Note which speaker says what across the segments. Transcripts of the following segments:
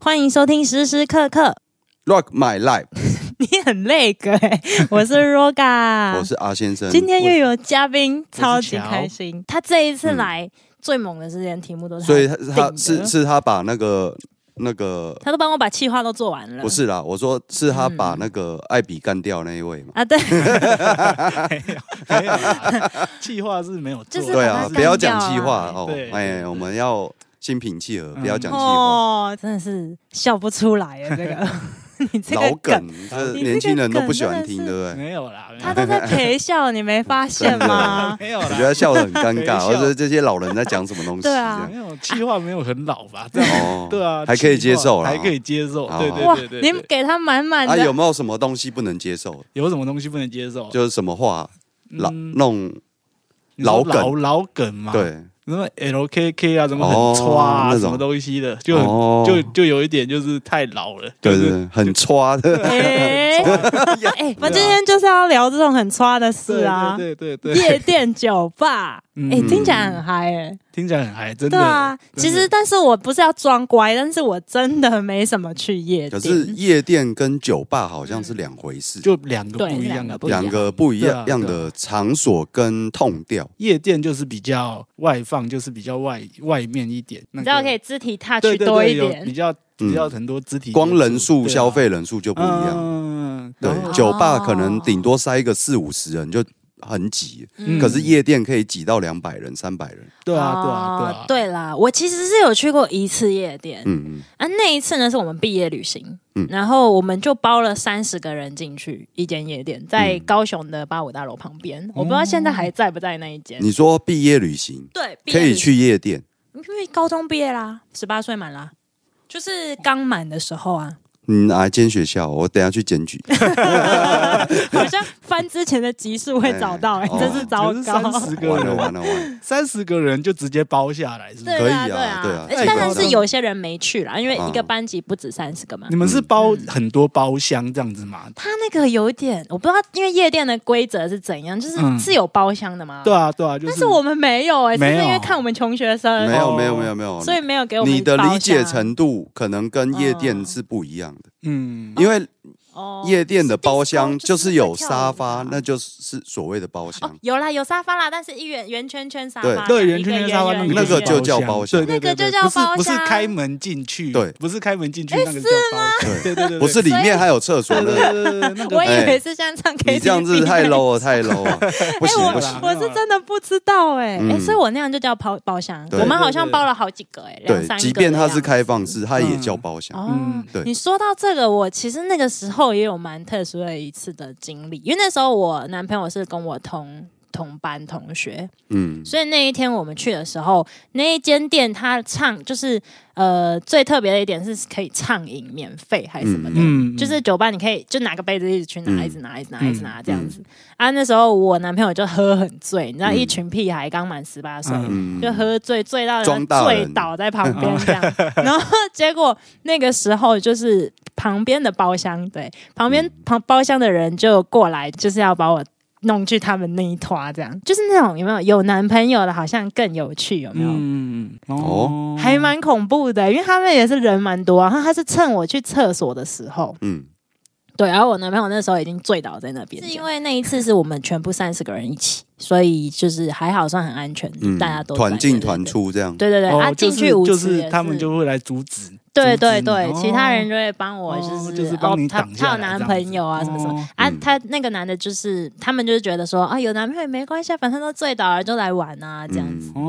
Speaker 1: 欢迎收听时时刻刻，
Speaker 2: Rock My Life，
Speaker 1: 你很累个哎、我 是 Roga，
Speaker 2: 我是阿先生。
Speaker 1: 啊今天又有嘉宾，超级
Speaker 3: 乔
Speaker 1: 开心。他这一次来、最猛的是连题目都是
Speaker 2: 嗯所以他
Speaker 1: 定
Speaker 2: 他
Speaker 1: 的嗯
Speaker 2: 是是他把那个那个
Speaker 1: 他都帮我把气话都做完了，
Speaker 2: 不是啦，我说是他把那个艾比干掉那一位嘛。
Speaker 1: 啊？对，
Speaker 3: 没有啦，计划是没有做，
Speaker 1: 就是
Speaker 2: 对
Speaker 1: 把
Speaker 2: 啊，
Speaker 1: 他干
Speaker 2: 不要讲
Speaker 1: 掉啊
Speaker 2: 气话哦
Speaker 3: 对，
Speaker 2: 哎，我们要心平气和，
Speaker 3: 嗯
Speaker 2: 不要讲气话。
Speaker 1: 哦，真的是笑不出来啊，这个 你这
Speaker 2: 老
Speaker 1: 个
Speaker 2: 梗，这
Speaker 1: 你这个
Speaker 2: 年轻人都不喜欢
Speaker 1: 梗真
Speaker 2: 听，
Speaker 1: 的是
Speaker 2: 对不对？
Speaker 3: 没有啦，没
Speaker 1: 他
Speaker 3: 有
Speaker 1: 都在陪笑，你没发现吗？
Speaker 3: 没有
Speaker 2: 我觉得
Speaker 3: 啦，
Speaker 2: 笑得很尴
Speaker 3: 没
Speaker 2: 尬，
Speaker 3: 笑
Speaker 2: 或者这些老人在讲什么东西？
Speaker 1: 对啊
Speaker 2: 这样
Speaker 3: 没有计划没有很老吧？这样
Speaker 2: 哦，
Speaker 3: 对啊，
Speaker 2: 还可以
Speaker 3: 计划
Speaker 2: 接受啦
Speaker 3: 还可以接受，
Speaker 2: 哦
Speaker 3: 对
Speaker 1: 哇
Speaker 3: 对对，
Speaker 1: 你
Speaker 3: 对
Speaker 1: 们
Speaker 3: 对。
Speaker 1: 给他满满
Speaker 2: 啊，有
Speaker 1: 的，
Speaker 2: 没有什么东西不能接受？
Speaker 3: 有什么东西不能接受？
Speaker 2: 就是什么话老
Speaker 3: 嗯
Speaker 2: 弄
Speaker 3: 你说
Speaker 2: 老梗
Speaker 3: 老老梗嘛，，
Speaker 2: 对
Speaker 3: 什么 LKK 啊，什么很歘
Speaker 2: 哦
Speaker 3: 啊，
Speaker 2: 那种
Speaker 3: 什么东西的，就很
Speaker 2: 哦
Speaker 3: 就就有一点就是太老了，就
Speaker 2: 对对
Speaker 3: 是
Speaker 2: 对，很 抓的。
Speaker 1: 哎哎，我今天就是要聊这种很差的事啊，
Speaker 3: 对对对对，
Speaker 1: 夜店酒吧，
Speaker 3: 嗯
Speaker 1: 哎，听起来很嗨哎。
Speaker 3: 听起来很嗨，真的。
Speaker 1: 对啊，
Speaker 3: 真的
Speaker 1: 其实但是我不是要装乖，但是我真的没什么去夜
Speaker 2: 可
Speaker 1: 店，
Speaker 2: 是夜店跟酒吧好像是两回事，
Speaker 3: 就两个
Speaker 1: 对
Speaker 3: 不一样的
Speaker 1: 嗯两个不一样
Speaker 2: 两个不一样
Speaker 3: 对啊
Speaker 2: 样的场所跟痛调。
Speaker 3: 夜店就是比较外放，就是比较外外面一点，那
Speaker 1: 你
Speaker 3: 个
Speaker 1: 知道可以肢体 touch
Speaker 3: 对对
Speaker 1: 多
Speaker 3: 对，
Speaker 1: 一
Speaker 3: 有
Speaker 1: 点
Speaker 3: 比，较
Speaker 2: 嗯
Speaker 3: 比较很多肢体接触，
Speaker 2: 光人数、
Speaker 3: 对啊
Speaker 2: 消费人数就不一样。
Speaker 3: 嗯，
Speaker 2: 对
Speaker 3: 然，
Speaker 1: 哦
Speaker 3: 后
Speaker 2: 酒吧可能顶多塞个四五十人就很挤，
Speaker 1: 嗯
Speaker 2: 可是夜店可以挤到两百人、三百人。
Speaker 3: 对啊，
Speaker 1: 哦
Speaker 3: 对啊，对啊，
Speaker 1: 对啦，我其实是有去过一次夜店，
Speaker 2: 嗯
Speaker 1: 啊，那一次呢是我们毕业旅行，
Speaker 2: 嗯
Speaker 1: 然后我们就包了三十个人进去一间夜店，
Speaker 3: 嗯
Speaker 1: 在高雄的八五大楼旁边，我不知道现在还在不在那一间。
Speaker 2: 嗯，你说毕业旅行
Speaker 1: 对，毕业
Speaker 2: 可以
Speaker 1: 旅行，
Speaker 2: 去夜店，
Speaker 1: 因为高中毕业啦，十八岁满啦，就是刚满的时候 啊，
Speaker 2: 嗯，哪一间学校？我等一下去检举。
Speaker 1: 好像翻之前的集数会找到、哎、
Speaker 2: 哎
Speaker 1: 真是糟
Speaker 3: 可是
Speaker 1: 糕。
Speaker 3: 三十个
Speaker 2: 完了
Speaker 3: 人，
Speaker 2: 完了完 了！
Speaker 3: 三十个人就直接包下来，是不
Speaker 1: 对
Speaker 3: 是？
Speaker 2: 可以
Speaker 1: 啦，
Speaker 2: 啊
Speaker 1: 对
Speaker 2: 对啊
Speaker 1: 而
Speaker 3: 哎
Speaker 1: 且当然
Speaker 3: 高中
Speaker 1: 是有些人没去啦，因为一个班级不止三十个嘛
Speaker 2: 嗯
Speaker 3: 你。们是包很多包厢这样子吗？
Speaker 1: 他那个有一点，我不知道，因为夜店的规则是怎样，就是、
Speaker 3: 嗯
Speaker 1: 是有包厢的吗？
Speaker 3: 对啊，对啊，就是。
Speaker 1: 但是我们没有哎、是
Speaker 3: 没
Speaker 1: 不是因为
Speaker 3: 有
Speaker 1: 看我们穷学生，
Speaker 2: 啊没有没有没有没有，
Speaker 1: 哦所以没有给我们
Speaker 2: 你的
Speaker 1: 包
Speaker 2: 理解
Speaker 1: 厢
Speaker 2: 程度可能跟夜店
Speaker 1: 嗯
Speaker 2: 是不一样的，
Speaker 3: 嗯，
Speaker 2: 因为
Speaker 1: 哦
Speaker 2: 夜店的包厢
Speaker 1: 就
Speaker 2: 就是是
Speaker 1: disco，
Speaker 2: 有
Speaker 1: 就是
Speaker 2: 沙
Speaker 1: 在跳舞
Speaker 2: 发
Speaker 1: 的，啊
Speaker 2: 那就是所谓的包厢
Speaker 1: 哦。有啦有沙发啦，但是一圆圆圈圈沙
Speaker 2: 对
Speaker 1: 发，
Speaker 3: 对，
Speaker 1: 一
Speaker 3: 圆圈圈沙发
Speaker 1: 圆
Speaker 2: 个
Speaker 1: 圆
Speaker 2: 那个
Speaker 1: 圆
Speaker 2: 就叫包厢
Speaker 3: 对对对，
Speaker 1: 那个就
Speaker 3: 对
Speaker 1: 叫
Speaker 3: 不是
Speaker 1: 包厢
Speaker 3: 不是开门进去，
Speaker 2: 对
Speaker 3: 不是开门进去，那个叫包厢，对对对，
Speaker 2: 不是里面还有厕所
Speaker 3: 对，对
Speaker 2: 呢。
Speaker 3: 对对对，那个
Speaker 1: 我以为
Speaker 2: 哎
Speaker 1: 是像唱 K，
Speaker 2: 你这样 子太 low 了，太 low 了，不行
Speaker 1: 哎我
Speaker 2: 不行。
Speaker 1: 我是真的不知道哎、哎、
Speaker 2: 嗯
Speaker 1: 所以我那样就叫包包厢。
Speaker 2: 对
Speaker 1: 我们好像
Speaker 3: 对对对
Speaker 1: 包了好几个哎、两
Speaker 2: 对
Speaker 1: 三，个
Speaker 2: 即便它
Speaker 1: 这
Speaker 2: 是
Speaker 1: 样
Speaker 2: 开放式，它也叫包厢。
Speaker 1: 哦、
Speaker 3: 嗯
Speaker 2: 对
Speaker 1: 你说到这个，我其实那个时候也有蛮特殊的一次的经历，因为那时候我男朋友是跟我同同班同学，
Speaker 2: 嗯，
Speaker 1: 所以那一天我们去的时候，那一间店他唱就是呃最特别的一点是可以畅饮免费还是什么的。
Speaker 3: 嗯，
Speaker 1: 就是酒吧，你可以就拿个杯子一直去拿，
Speaker 2: 嗯
Speaker 1: 一直拿，一直拿，一直拿这样子。啊，那时候我男朋友就喝很醉，你知道，
Speaker 2: 嗯
Speaker 1: 一群屁孩刚满十八岁，
Speaker 2: 嗯
Speaker 1: 就喝醉，醉到
Speaker 2: 装大
Speaker 1: 醉
Speaker 2: 人嗯
Speaker 1: 倒在旁边这样。然后结果那个时候就是旁边的包厢，对，旁
Speaker 2: 嗯
Speaker 1: 边旁包厢的人就过来，就是要把我。弄去他们那一团，这样就是那种有没有有男朋友的，好像更有趣，有没有？
Speaker 3: 嗯
Speaker 2: 哦
Speaker 1: 还蛮恐怖的，因为他们也是人蛮多啊、然后他是趁我去厕所的时候，
Speaker 2: 嗯，
Speaker 1: 对，然后我男朋友那时候已经醉倒在那边，是因为那一次是我们全部三十个人一起，所以就是还好算很安全，
Speaker 2: 嗯
Speaker 1: 大家都在
Speaker 2: 团进
Speaker 1: 对对
Speaker 2: 团
Speaker 1: 对
Speaker 2: 出这样。
Speaker 1: 对对对，啊，
Speaker 3: 哦，
Speaker 1: 进
Speaker 3: 就
Speaker 1: 去
Speaker 3: 是
Speaker 1: 舞池
Speaker 3: 就
Speaker 1: 也
Speaker 3: 是
Speaker 1: 是
Speaker 3: 他们就会来阻止，
Speaker 1: 对对
Speaker 3: 阻止
Speaker 1: 对
Speaker 3: 你，
Speaker 1: 其他人就会帮我，
Speaker 3: 哦
Speaker 1: 就是
Speaker 3: 就是帮你
Speaker 1: 哦他
Speaker 3: 挡下
Speaker 1: 他有
Speaker 3: 来
Speaker 1: 男
Speaker 3: 这样
Speaker 1: 朋友啊，
Speaker 3: 子
Speaker 1: 什么什么
Speaker 3: 哦
Speaker 1: 啊
Speaker 2: 嗯，
Speaker 1: 他那个男的就是他们就是觉得说啊，有男朋友也没关系啊，反正都醉倒了就来玩啊，这样子。
Speaker 2: 嗯，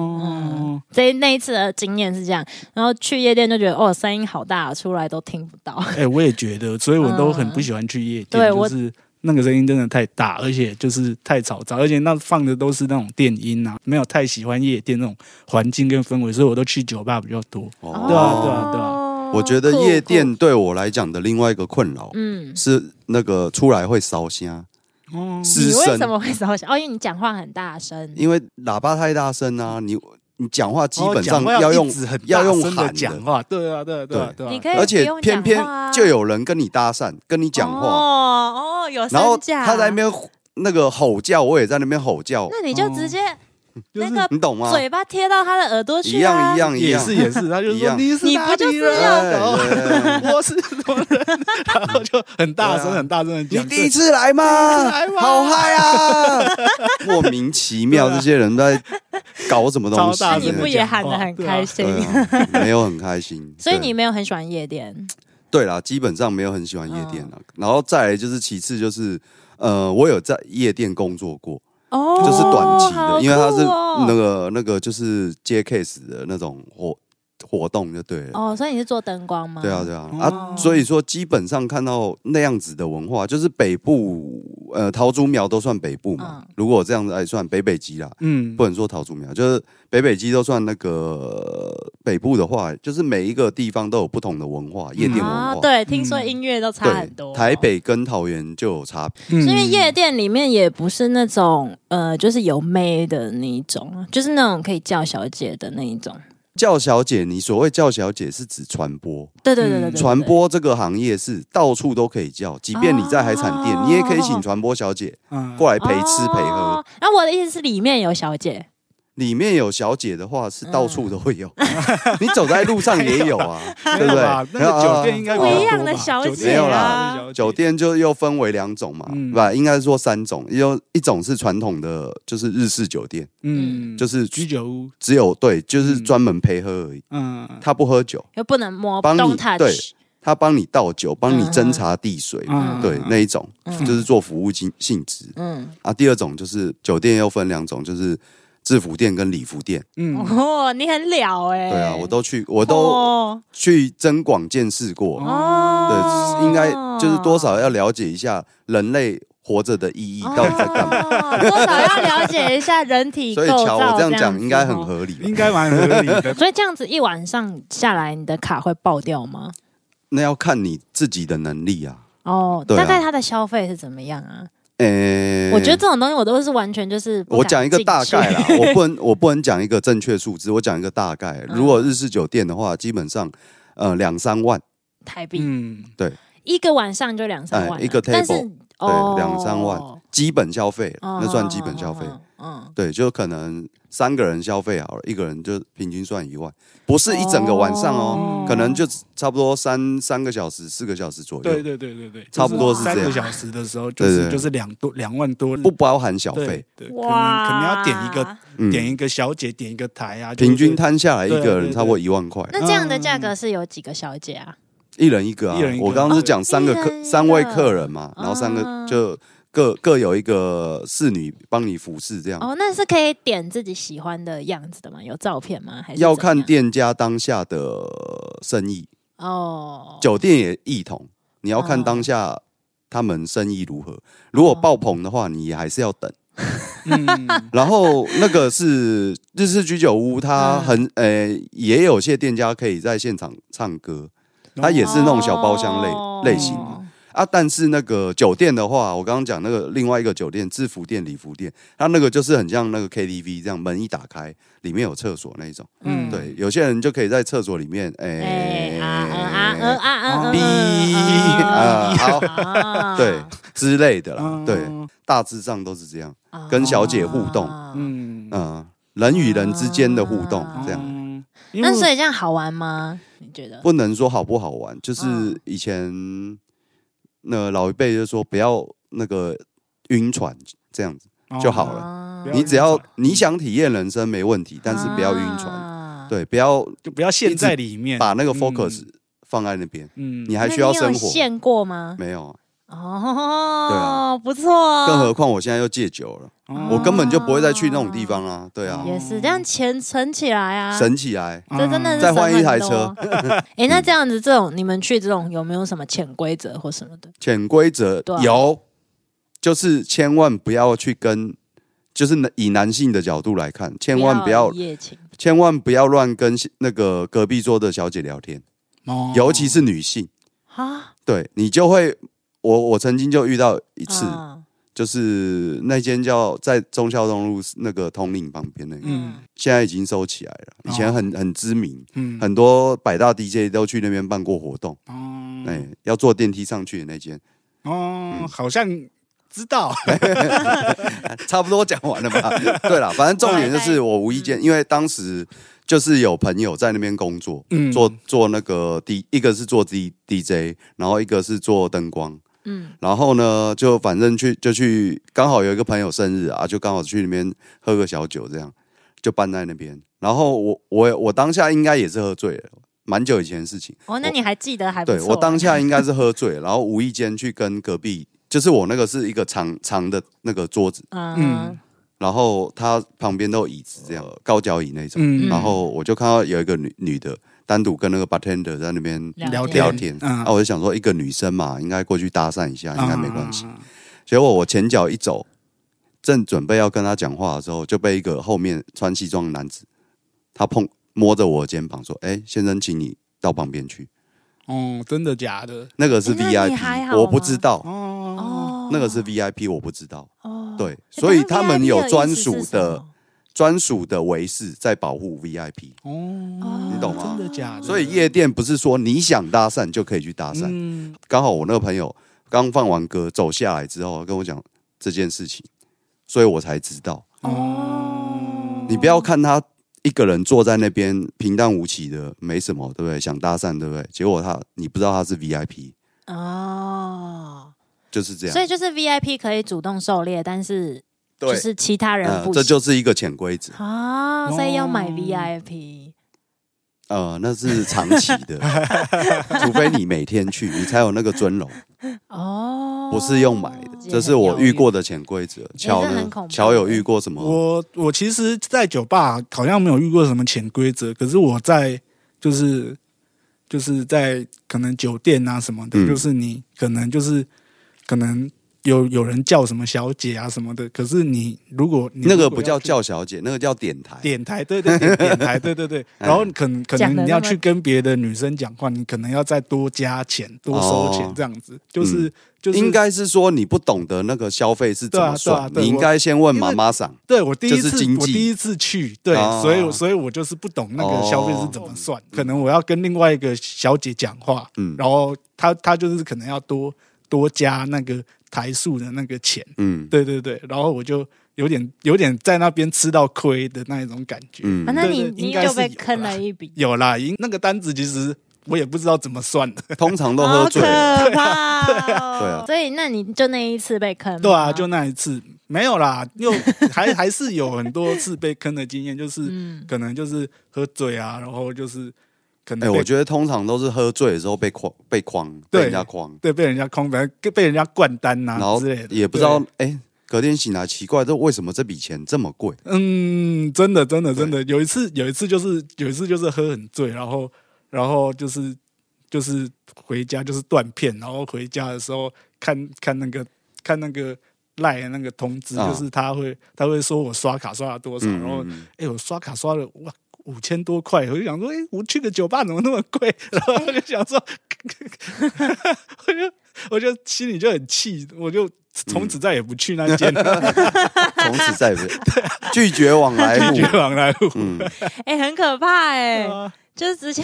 Speaker 3: 哦，
Speaker 1: 这那一次的经验是这样，然后去夜店就觉得哦，声音好大，出来都听不到。
Speaker 3: 哎，我也觉得，所以我都很不喜欢去夜店，
Speaker 1: 对我
Speaker 3: 就是那个声音真的太大，而且就是太嘈杂，而且那放的都是那种电音啊，没有太喜欢夜店那种环境跟氛围，所以我都去酒吧比较多。
Speaker 2: 哦
Speaker 3: 对啊对啊对
Speaker 1: 啊
Speaker 2: 我觉得夜店对我来讲的另外一个困扰
Speaker 1: 嗯，
Speaker 2: 是那个出来会烧香，
Speaker 3: 哦，
Speaker 2: 失
Speaker 1: 你为
Speaker 2: 声
Speaker 1: 什，么会烧香？哦，因为你讲话很大声。
Speaker 2: 因为喇叭太大声啊，你你讲话基
Speaker 3: 哦
Speaker 2: 本
Speaker 3: 讲
Speaker 2: 上
Speaker 3: 话
Speaker 2: 要用
Speaker 3: 一直很
Speaker 2: 要
Speaker 3: 大
Speaker 2: 用
Speaker 3: 声
Speaker 2: 喊
Speaker 3: 的
Speaker 2: 的
Speaker 3: 讲话，对啊，对啊，对啊，对啊，
Speaker 1: 你可以
Speaker 2: 而
Speaker 1: 哎不
Speaker 2: 且
Speaker 1: 用
Speaker 2: 偏
Speaker 1: 讲
Speaker 2: 偏
Speaker 1: 话啊
Speaker 2: 就有人跟你搭讪，跟你讲话，
Speaker 1: 哦哦，有
Speaker 2: 然后
Speaker 1: 身价，
Speaker 2: 他在那边那个吼叫，我也在那边吼叫，
Speaker 1: 那你就直
Speaker 2: 哦
Speaker 1: 接
Speaker 3: 就是
Speaker 1: 那
Speaker 2: 你懂吗？
Speaker 1: 嘴巴贴到他的耳朵去
Speaker 2: 一
Speaker 1: 啊，
Speaker 2: 嗯啊样一样一
Speaker 3: 也
Speaker 2: 样，
Speaker 3: 是也是，他就
Speaker 2: 一
Speaker 3: 说
Speaker 2: 样哎
Speaker 3: 你是
Speaker 1: 你
Speaker 3: 哪
Speaker 1: 不就是
Speaker 3: 里人？
Speaker 1: 要
Speaker 3: 然后我是什么人？然后就很大声
Speaker 2: 对啊
Speaker 3: 很大声的
Speaker 2: 你
Speaker 3: 讲，
Speaker 2: 第一次来吗？好嗨啊！莫名其妙，
Speaker 3: 对啊
Speaker 2: 这些人在搞什么东西
Speaker 3: 超大
Speaker 1: 那
Speaker 3: 声
Speaker 1: 你
Speaker 3: 地
Speaker 1: 不
Speaker 2: 呢？
Speaker 1: 也喊得很开心？
Speaker 2: 对啊，没有很开心。
Speaker 1: 所以
Speaker 2: 对
Speaker 1: 你没有很喜欢夜店，
Speaker 2: 对啦，基本上没有很喜欢夜店
Speaker 1: 哦
Speaker 2: 了。然后再来就是，其次就是，呃，我有在夜店工作过，
Speaker 1: 哦
Speaker 2: 就是短期
Speaker 1: 好
Speaker 2: 的，因为它是
Speaker 1: 酷哦
Speaker 2: 那个那个就是接 case 的那种活活动就对了。
Speaker 1: 哦，所以你是做灯光吗？
Speaker 2: 对啊，对啊，
Speaker 1: 哦
Speaker 2: 啊，所以说基本上看到那样子的文化，就是北部，呃，桃竹苗都算北部嘛
Speaker 1: 嗯。
Speaker 2: 如果这样子来算，北北基啦，
Speaker 3: 嗯，
Speaker 2: 不能说桃竹苗，就是北北基都算那个呃北部的话，就是每一个地方都有不同的文化，夜店文化。
Speaker 1: 啊，对，听说音乐都差很多。
Speaker 2: 哦嗯台，北跟桃园就有差别。
Speaker 3: 嗯
Speaker 1: 因为夜店里面也不是那种呃，就是有妹的那一种，啊就是那种可以叫小姐的那一种。
Speaker 2: 叫小姐，你所谓叫小姐是指传播，
Speaker 1: 对对对对对，对
Speaker 2: 传。播这个行业是到处都可以叫，即便你在海产店，
Speaker 1: 哦
Speaker 2: 你也可以请传播小姐
Speaker 3: 嗯
Speaker 2: 过来陪吃陪喝。
Speaker 1: 哦。那、我的意思是，里面有小姐，
Speaker 2: 里面有小姐的话，是到处都会有， 你走在路上也有 啊，对不
Speaker 3: 嗯没
Speaker 2: 对
Speaker 3: 有吧？那个酒店应该
Speaker 1: 不
Speaker 3: 比较
Speaker 1: 一样
Speaker 3: 多
Speaker 1: 的
Speaker 3: 吧
Speaker 1: 小
Speaker 3: 酒
Speaker 1: 姐啊
Speaker 3: 店
Speaker 2: 没有
Speaker 1: 啦
Speaker 3: 比较多
Speaker 2: 酒店就又分为两种嘛，
Speaker 3: 嗯
Speaker 2: 对吧？应该说三种，有一种是传统的，就是日式酒店，
Speaker 3: 嗯，
Speaker 2: 就是
Speaker 3: 居酒屋，
Speaker 2: 只有对，就是专门陪喝而已，
Speaker 3: 嗯
Speaker 2: 他不喝酒。
Speaker 1: 又不能摸，
Speaker 2: 帮你
Speaker 1: don't touch。
Speaker 2: 对他帮你倒酒，帮你斟茶递水，
Speaker 3: 嗯
Speaker 2: 对那一种、就是做服务性性质
Speaker 1: 嗯，
Speaker 2: 啊。第二种就是酒店又分两种，就是制服店跟礼服店。
Speaker 3: 嗯
Speaker 1: 哦，你很了哎、
Speaker 2: 对啊，我都去，我
Speaker 1: 我
Speaker 2: 都
Speaker 1: 哦，
Speaker 2: 去增广见识过。
Speaker 1: 哦
Speaker 2: 对，应该就是多少要了解一下人类活着的意义
Speaker 1: 哦
Speaker 2: 到底 在干嘛。
Speaker 1: 嘛？哦多少要了解一下人体
Speaker 2: 所
Speaker 1: 构造。
Speaker 2: 以乔，我这样讲应该很
Speaker 1: 合。。
Speaker 2: 合理吧
Speaker 3: 应？该蛮合理的
Speaker 1: 哦 所以这样子一晚上下来，你的卡会爆掉吗？
Speaker 2: 那要看你自己的能力啊。
Speaker 1: 哦，
Speaker 2: 对啊
Speaker 1: 大概它的消费是怎么样啊？
Speaker 2: 诶、
Speaker 1: 我觉得这种东西我都是完全就是不敢
Speaker 2: 我讲一个大概啦
Speaker 1: 进去，
Speaker 2: 我不能我不能讲一个正确数字，我讲一个大概。
Speaker 1: 嗯
Speaker 2: 如果日式酒店的话，基本上呃两三万，
Speaker 1: 台币、
Speaker 3: 嗯，
Speaker 1: 一个晚上就两三万啊、
Speaker 2: 哎一个 table，
Speaker 1: 但是
Speaker 2: 对
Speaker 1: 哦
Speaker 2: 两三万基本消费
Speaker 1: 哦
Speaker 2: 那算基本消费。
Speaker 1: 嗯嗯
Speaker 2: 对，就可能三个人消费好了，一个人就平均算一万，不是一整个晚上哦，
Speaker 1: 哦
Speaker 2: 可能就差不多三三个小时、四个小时左右，
Speaker 3: 对对对对对，就是
Speaker 2: 差不多是这
Speaker 3: 三
Speaker 2: 样
Speaker 3: 个小时的时候，就
Speaker 2: 对
Speaker 3: 是
Speaker 2: 对
Speaker 3: 就是两多两万多
Speaker 2: 不包含小费。，
Speaker 3: 对，对可能
Speaker 1: 哇，
Speaker 3: 可能要点一个
Speaker 2: 嗯
Speaker 3: 点一个小姐，点一个台啊，
Speaker 2: 平
Speaker 3: 就是
Speaker 2: 均摊下来一
Speaker 3: 对
Speaker 2: 个
Speaker 3: 对
Speaker 2: 人
Speaker 3: 对
Speaker 2: 差不多一万块，
Speaker 1: 那这样的价格是有几个小姐啊？
Speaker 2: 一人一个啊
Speaker 3: 一人一。个
Speaker 2: 我刚刚是讲三个
Speaker 1: 哦一人一
Speaker 2: 客
Speaker 1: 个
Speaker 2: 三位客人嘛，然后三
Speaker 1: 啊
Speaker 2: 个就各各有一个侍女帮你服侍这样。
Speaker 1: 哦，那是可以点自己喜欢的样子的吗？有照片吗？还是
Speaker 2: 要
Speaker 1: 怎么
Speaker 2: 看
Speaker 1: 样
Speaker 2: 店家当下的生意，
Speaker 1: 哦，
Speaker 2: 酒店也异同，你要看
Speaker 1: 哦
Speaker 2: 当下他们生意如何。如果
Speaker 1: 哦
Speaker 2: 爆棚的话，你还是要等。
Speaker 3: 嗯
Speaker 2: 然后那个是日式居酒屋，它很
Speaker 1: 嗯
Speaker 2: 呃，也有些店家可以在现场唱歌它也是那种小包厢类
Speaker 1: 哦
Speaker 2: 类型的啊。但是那个酒店的话，我刚刚讲那个另外一个酒店制服店、礼服店，它那个就是很像那个 KTV 这样，门一打开，里面有厕所那一种。
Speaker 3: 嗯
Speaker 2: 对，有些人就可以在厕所里面，
Speaker 1: 哎
Speaker 2: 哎、
Speaker 1: 啊嗯啊嗯啊嗯嗯
Speaker 2: 逼啊好
Speaker 1: 啊
Speaker 2: 对之类的啦
Speaker 3: 嗯，
Speaker 2: 对，大致上都是这样，
Speaker 1: 啊
Speaker 2: 跟小姐互动
Speaker 3: 嗯
Speaker 2: 嗯、人与人之间的互动
Speaker 1: 啊
Speaker 2: 这样。
Speaker 3: 样，因为
Speaker 1: 那
Speaker 3: 我
Speaker 1: 所以这样好玩吗？你觉得？
Speaker 2: 不能说好不好玩，就是
Speaker 1: 嗯
Speaker 2: 以前那老一辈就说不要那个晕船这样子，就好
Speaker 3: 哦
Speaker 2: 了
Speaker 1: 啊
Speaker 3: 不要
Speaker 2: 你
Speaker 3: 晕
Speaker 2: 只要
Speaker 3: 船
Speaker 2: 你想体验人生没问题，但是不要晕船，
Speaker 1: 啊
Speaker 2: 对，不要
Speaker 3: 就不要陷在里面，
Speaker 2: 把那个
Speaker 3: 嗯
Speaker 2: focus 放在那边，
Speaker 3: 嗯
Speaker 2: 你还需要
Speaker 1: 那
Speaker 2: 生
Speaker 1: 你有
Speaker 2: 活。
Speaker 1: 现过吗？
Speaker 2: 没有，
Speaker 1: 哦，
Speaker 2: 对啊，
Speaker 1: 不错。
Speaker 2: 更何况我现在又戒酒了，
Speaker 3: 哦
Speaker 2: 我根本就不会再去那种地方啊，对啊，
Speaker 1: 也是这样钱存起来啊，
Speaker 2: 省起来。
Speaker 1: 这真的是
Speaker 2: 嗯再换一台
Speaker 1: 省很多。 哎，那这样子，这种你们去这种有没有什么潜规则或什么的？
Speaker 2: 潜规则
Speaker 1: 对啊
Speaker 2: 有，就是千万不要去跟，就是以男性的角度来看，千万不要
Speaker 1: 一夜情。
Speaker 2: 千万不要乱跟那个隔壁桌的小姐聊天，
Speaker 3: 哦
Speaker 2: 尤其是女性，
Speaker 1: 啊，
Speaker 2: 对你就会，我我曾经就遇到一次，
Speaker 1: 啊
Speaker 2: 就是那间叫在忠孝东路那个通令旁边那个，
Speaker 3: 嗯
Speaker 2: 现在已经收起来了。以前很很知名，
Speaker 3: 嗯，
Speaker 2: 很多百大 DJ 都去那边办过活动。
Speaker 3: 哦
Speaker 2: 哎，要坐电梯上去的那间，嗯
Speaker 3: 哦，好像知 道，
Speaker 2: 差不多讲完了吧？对了，反正重点就是我无意
Speaker 1: 嗯
Speaker 2: 间，因为当时就是有朋友在那边工作，
Speaker 3: 嗯
Speaker 2: 做做那个 D，一个是做 D DJ，然后一个是做灯光，
Speaker 1: 嗯，
Speaker 2: 然后呢，就反正去就去，刚好有一个朋友生日啊，就刚好去那边喝个小酒，这样就办在那边。然后我我我当下应该也是喝醉了，蛮久以前的事情。
Speaker 1: 哦，那你还记得还不
Speaker 2: 对
Speaker 1: 错。啊
Speaker 2: 我当下应该是喝醉，然后无意间去跟隔壁，就是我那个是一个长长的那个桌子，
Speaker 1: 嗯
Speaker 2: 然后它旁边都有椅子，这样高脚椅那种。
Speaker 3: 嗯
Speaker 2: 然后我就看到有一个女女的单独跟那个 bartender 在那边
Speaker 1: 聊
Speaker 2: 聊天，
Speaker 3: 嗯
Speaker 2: 啊，我就想说一个女生嘛，应该过去搭讪一下，应该没关系。
Speaker 3: 啊
Speaker 2: 结果我前脚一走，正准备要跟她讲话的时候，就被一个后面穿西装的男子，他碰摸着我的肩膀说：“哎，先生，请你到旁边去。
Speaker 3: 哦，真的假的？”
Speaker 2: 那个是
Speaker 1: 哎那你
Speaker 2: VIP，、
Speaker 1: 还好
Speaker 2: 我不知道，
Speaker 3: 哦，
Speaker 1: 哦，
Speaker 2: 那个是 VIP，我不知道。
Speaker 1: 哦，
Speaker 2: 对，
Speaker 1: 欸
Speaker 2: 所以
Speaker 1: 等下
Speaker 2: 他们
Speaker 1: VIP
Speaker 2: 有
Speaker 1: 的
Speaker 2: 专
Speaker 1: 意思
Speaker 2: 属
Speaker 1: 是什
Speaker 2: 的
Speaker 1: 么
Speaker 2: 专属的维士在保护 VIP。
Speaker 3: 哦，
Speaker 2: 你懂吗
Speaker 3: 真的假的？
Speaker 2: 所以夜店不是说你想搭讪就可以去搭讪。
Speaker 3: 嗯，
Speaker 2: 刚好我那个朋友刚放完歌走下来之后跟我讲这件事情，所以我才知道。
Speaker 1: 哦，
Speaker 2: 你不要看他一个人坐在那边平淡无奇的，没什么，对不对？想搭讪，对不对？结果他你不知道他是 VIP，
Speaker 1: 哦，
Speaker 2: 就是这样。
Speaker 1: 所以就是 VIP 可以主动狩猎，但是
Speaker 2: 对，
Speaker 1: 就是其他人
Speaker 2: 嗯
Speaker 1: 不行，
Speaker 2: 这就是一个潜规则。
Speaker 1: 啊，所以要买
Speaker 3: 哦
Speaker 1: VIP
Speaker 2: 呃，那是长期 的，除非你每天去，你才有那个尊荣。
Speaker 1: 哦，
Speaker 2: 不是用买的，这是我遇过的潜规则。乔
Speaker 1: 这
Speaker 2: 呢
Speaker 1: 很恐？怖
Speaker 2: 乔有遇过什么？
Speaker 3: 我我其实，在酒吧好像没有遇过什么潜规则，可是我在就是就是在可能酒店啊什么的，
Speaker 2: 嗯
Speaker 3: 就是你可能就是可能有有人叫什么小姐啊什么的，可是你如果你
Speaker 2: 那个
Speaker 3: 如果
Speaker 2: 不叫
Speaker 3: 要去
Speaker 2: 叫小姐，那个叫点台。
Speaker 3: 点台，对对点点台，对 对对。然后可能可
Speaker 1: 讲得
Speaker 3: 能你要
Speaker 1: 那么
Speaker 3: 去跟别的女生讲话，你可能要再多加钱，多收
Speaker 2: 哦嗯
Speaker 3: 钱这样子，就是就是
Speaker 2: 应该是说你不懂得那个消费是怎么
Speaker 3: 对啊
Speaker 2: 算，
Speaker 3: 对啊对
Speaker 2: 你应该先问妈妈桑。
Speaker 3: 对我第一
Speaker 2: 就是
Speaker 3: 次
Speaker 2: 经济
Speaker 3: 我第一次去，对
Speaker 2: 哦，
Speaker 3: 所以我所以我就是不懂那个消费是怎么算，可能我要跟另外一个小姐讲话，
Speaker 2: 嗯
Speaker 3: 然后她她就是可能要多多加那个台数的那个钱，
Speaker 2: 嗯
Speaker 3: 对对对，然后我就有点有点在那边吃到亏的那一种感觉，
Speaker 1: 啊，
Speaker 2: 嗯，
Speaker 1: 那你
Speaker 3: 对对
Speaker 1: 你
Speaker 3: 应该
Speaker 1: 就是被
Speaker 3: 有
Speaker 1: 坑
Speaker 3: 啦
Speaker 1: 了一笔，
Speaker 3: 有啦，因那个单子其实我也不知道怎么算的，
Speaker 2: 通常都
Speaker 1: 好
Speaker 2: 喝
Speaker 1: 可
Speaker 2: 醉了。
Speaker 1: 怕哦！
Speaker 2: 对啊
Speaker 1: 所以那你就那一次被坑，
Speaker 3: 对啊，就那一次没有啦，又还还是有很多次被坑的经验，就是、可能就是喝醉啊，然后就是可
Speaker 2: 哎，
Speaker 3: 能被、
Speaker 2: 我觉得通常都是喝醉的时候被框被框，被
Speaker 3: 对
Speaker 2: 人家框，
Speaker 3: 对被人家空，反正被人家灌单
Speaker 2: 然
Speaker 3: 啊
Speaker 2: 后
Speaker 3: 之类的，
Speaker 2: 也不知道哎，隔天醒来奇怪，这为什么这笔钱这么贵？
Speaker 3: 对。嗯，真的真的真的，有一次有一次就是有一次就是喝很醉，然后然后就是就是回家就是断片，然后回家的时候看看那个看那个赖的那个通知，
Speaker 2: 啊
Speaker 3: 就是他会他会说我刷卡刷了多少，
Speaker 2: 嗯
Speaker 3: 然后
Speaker 2: 嗯嗯
Speaker 3: 哎、我刷卡刷了哇五千多块，我就想说，哎、我去个酒吧怎么那么贵？ 然后我就想说， 我就我就心里就很气，我就从此再也不去那间了，
Speaker 2: 嗯从此再 也不拒绝往来户
Speaker 3: 啊拒。绝往来户。
Speaker 2: 嗯，
Speaker 1: 哎、很可怕哎、
Speaker 3: 啊
Speaker 1: 就是直接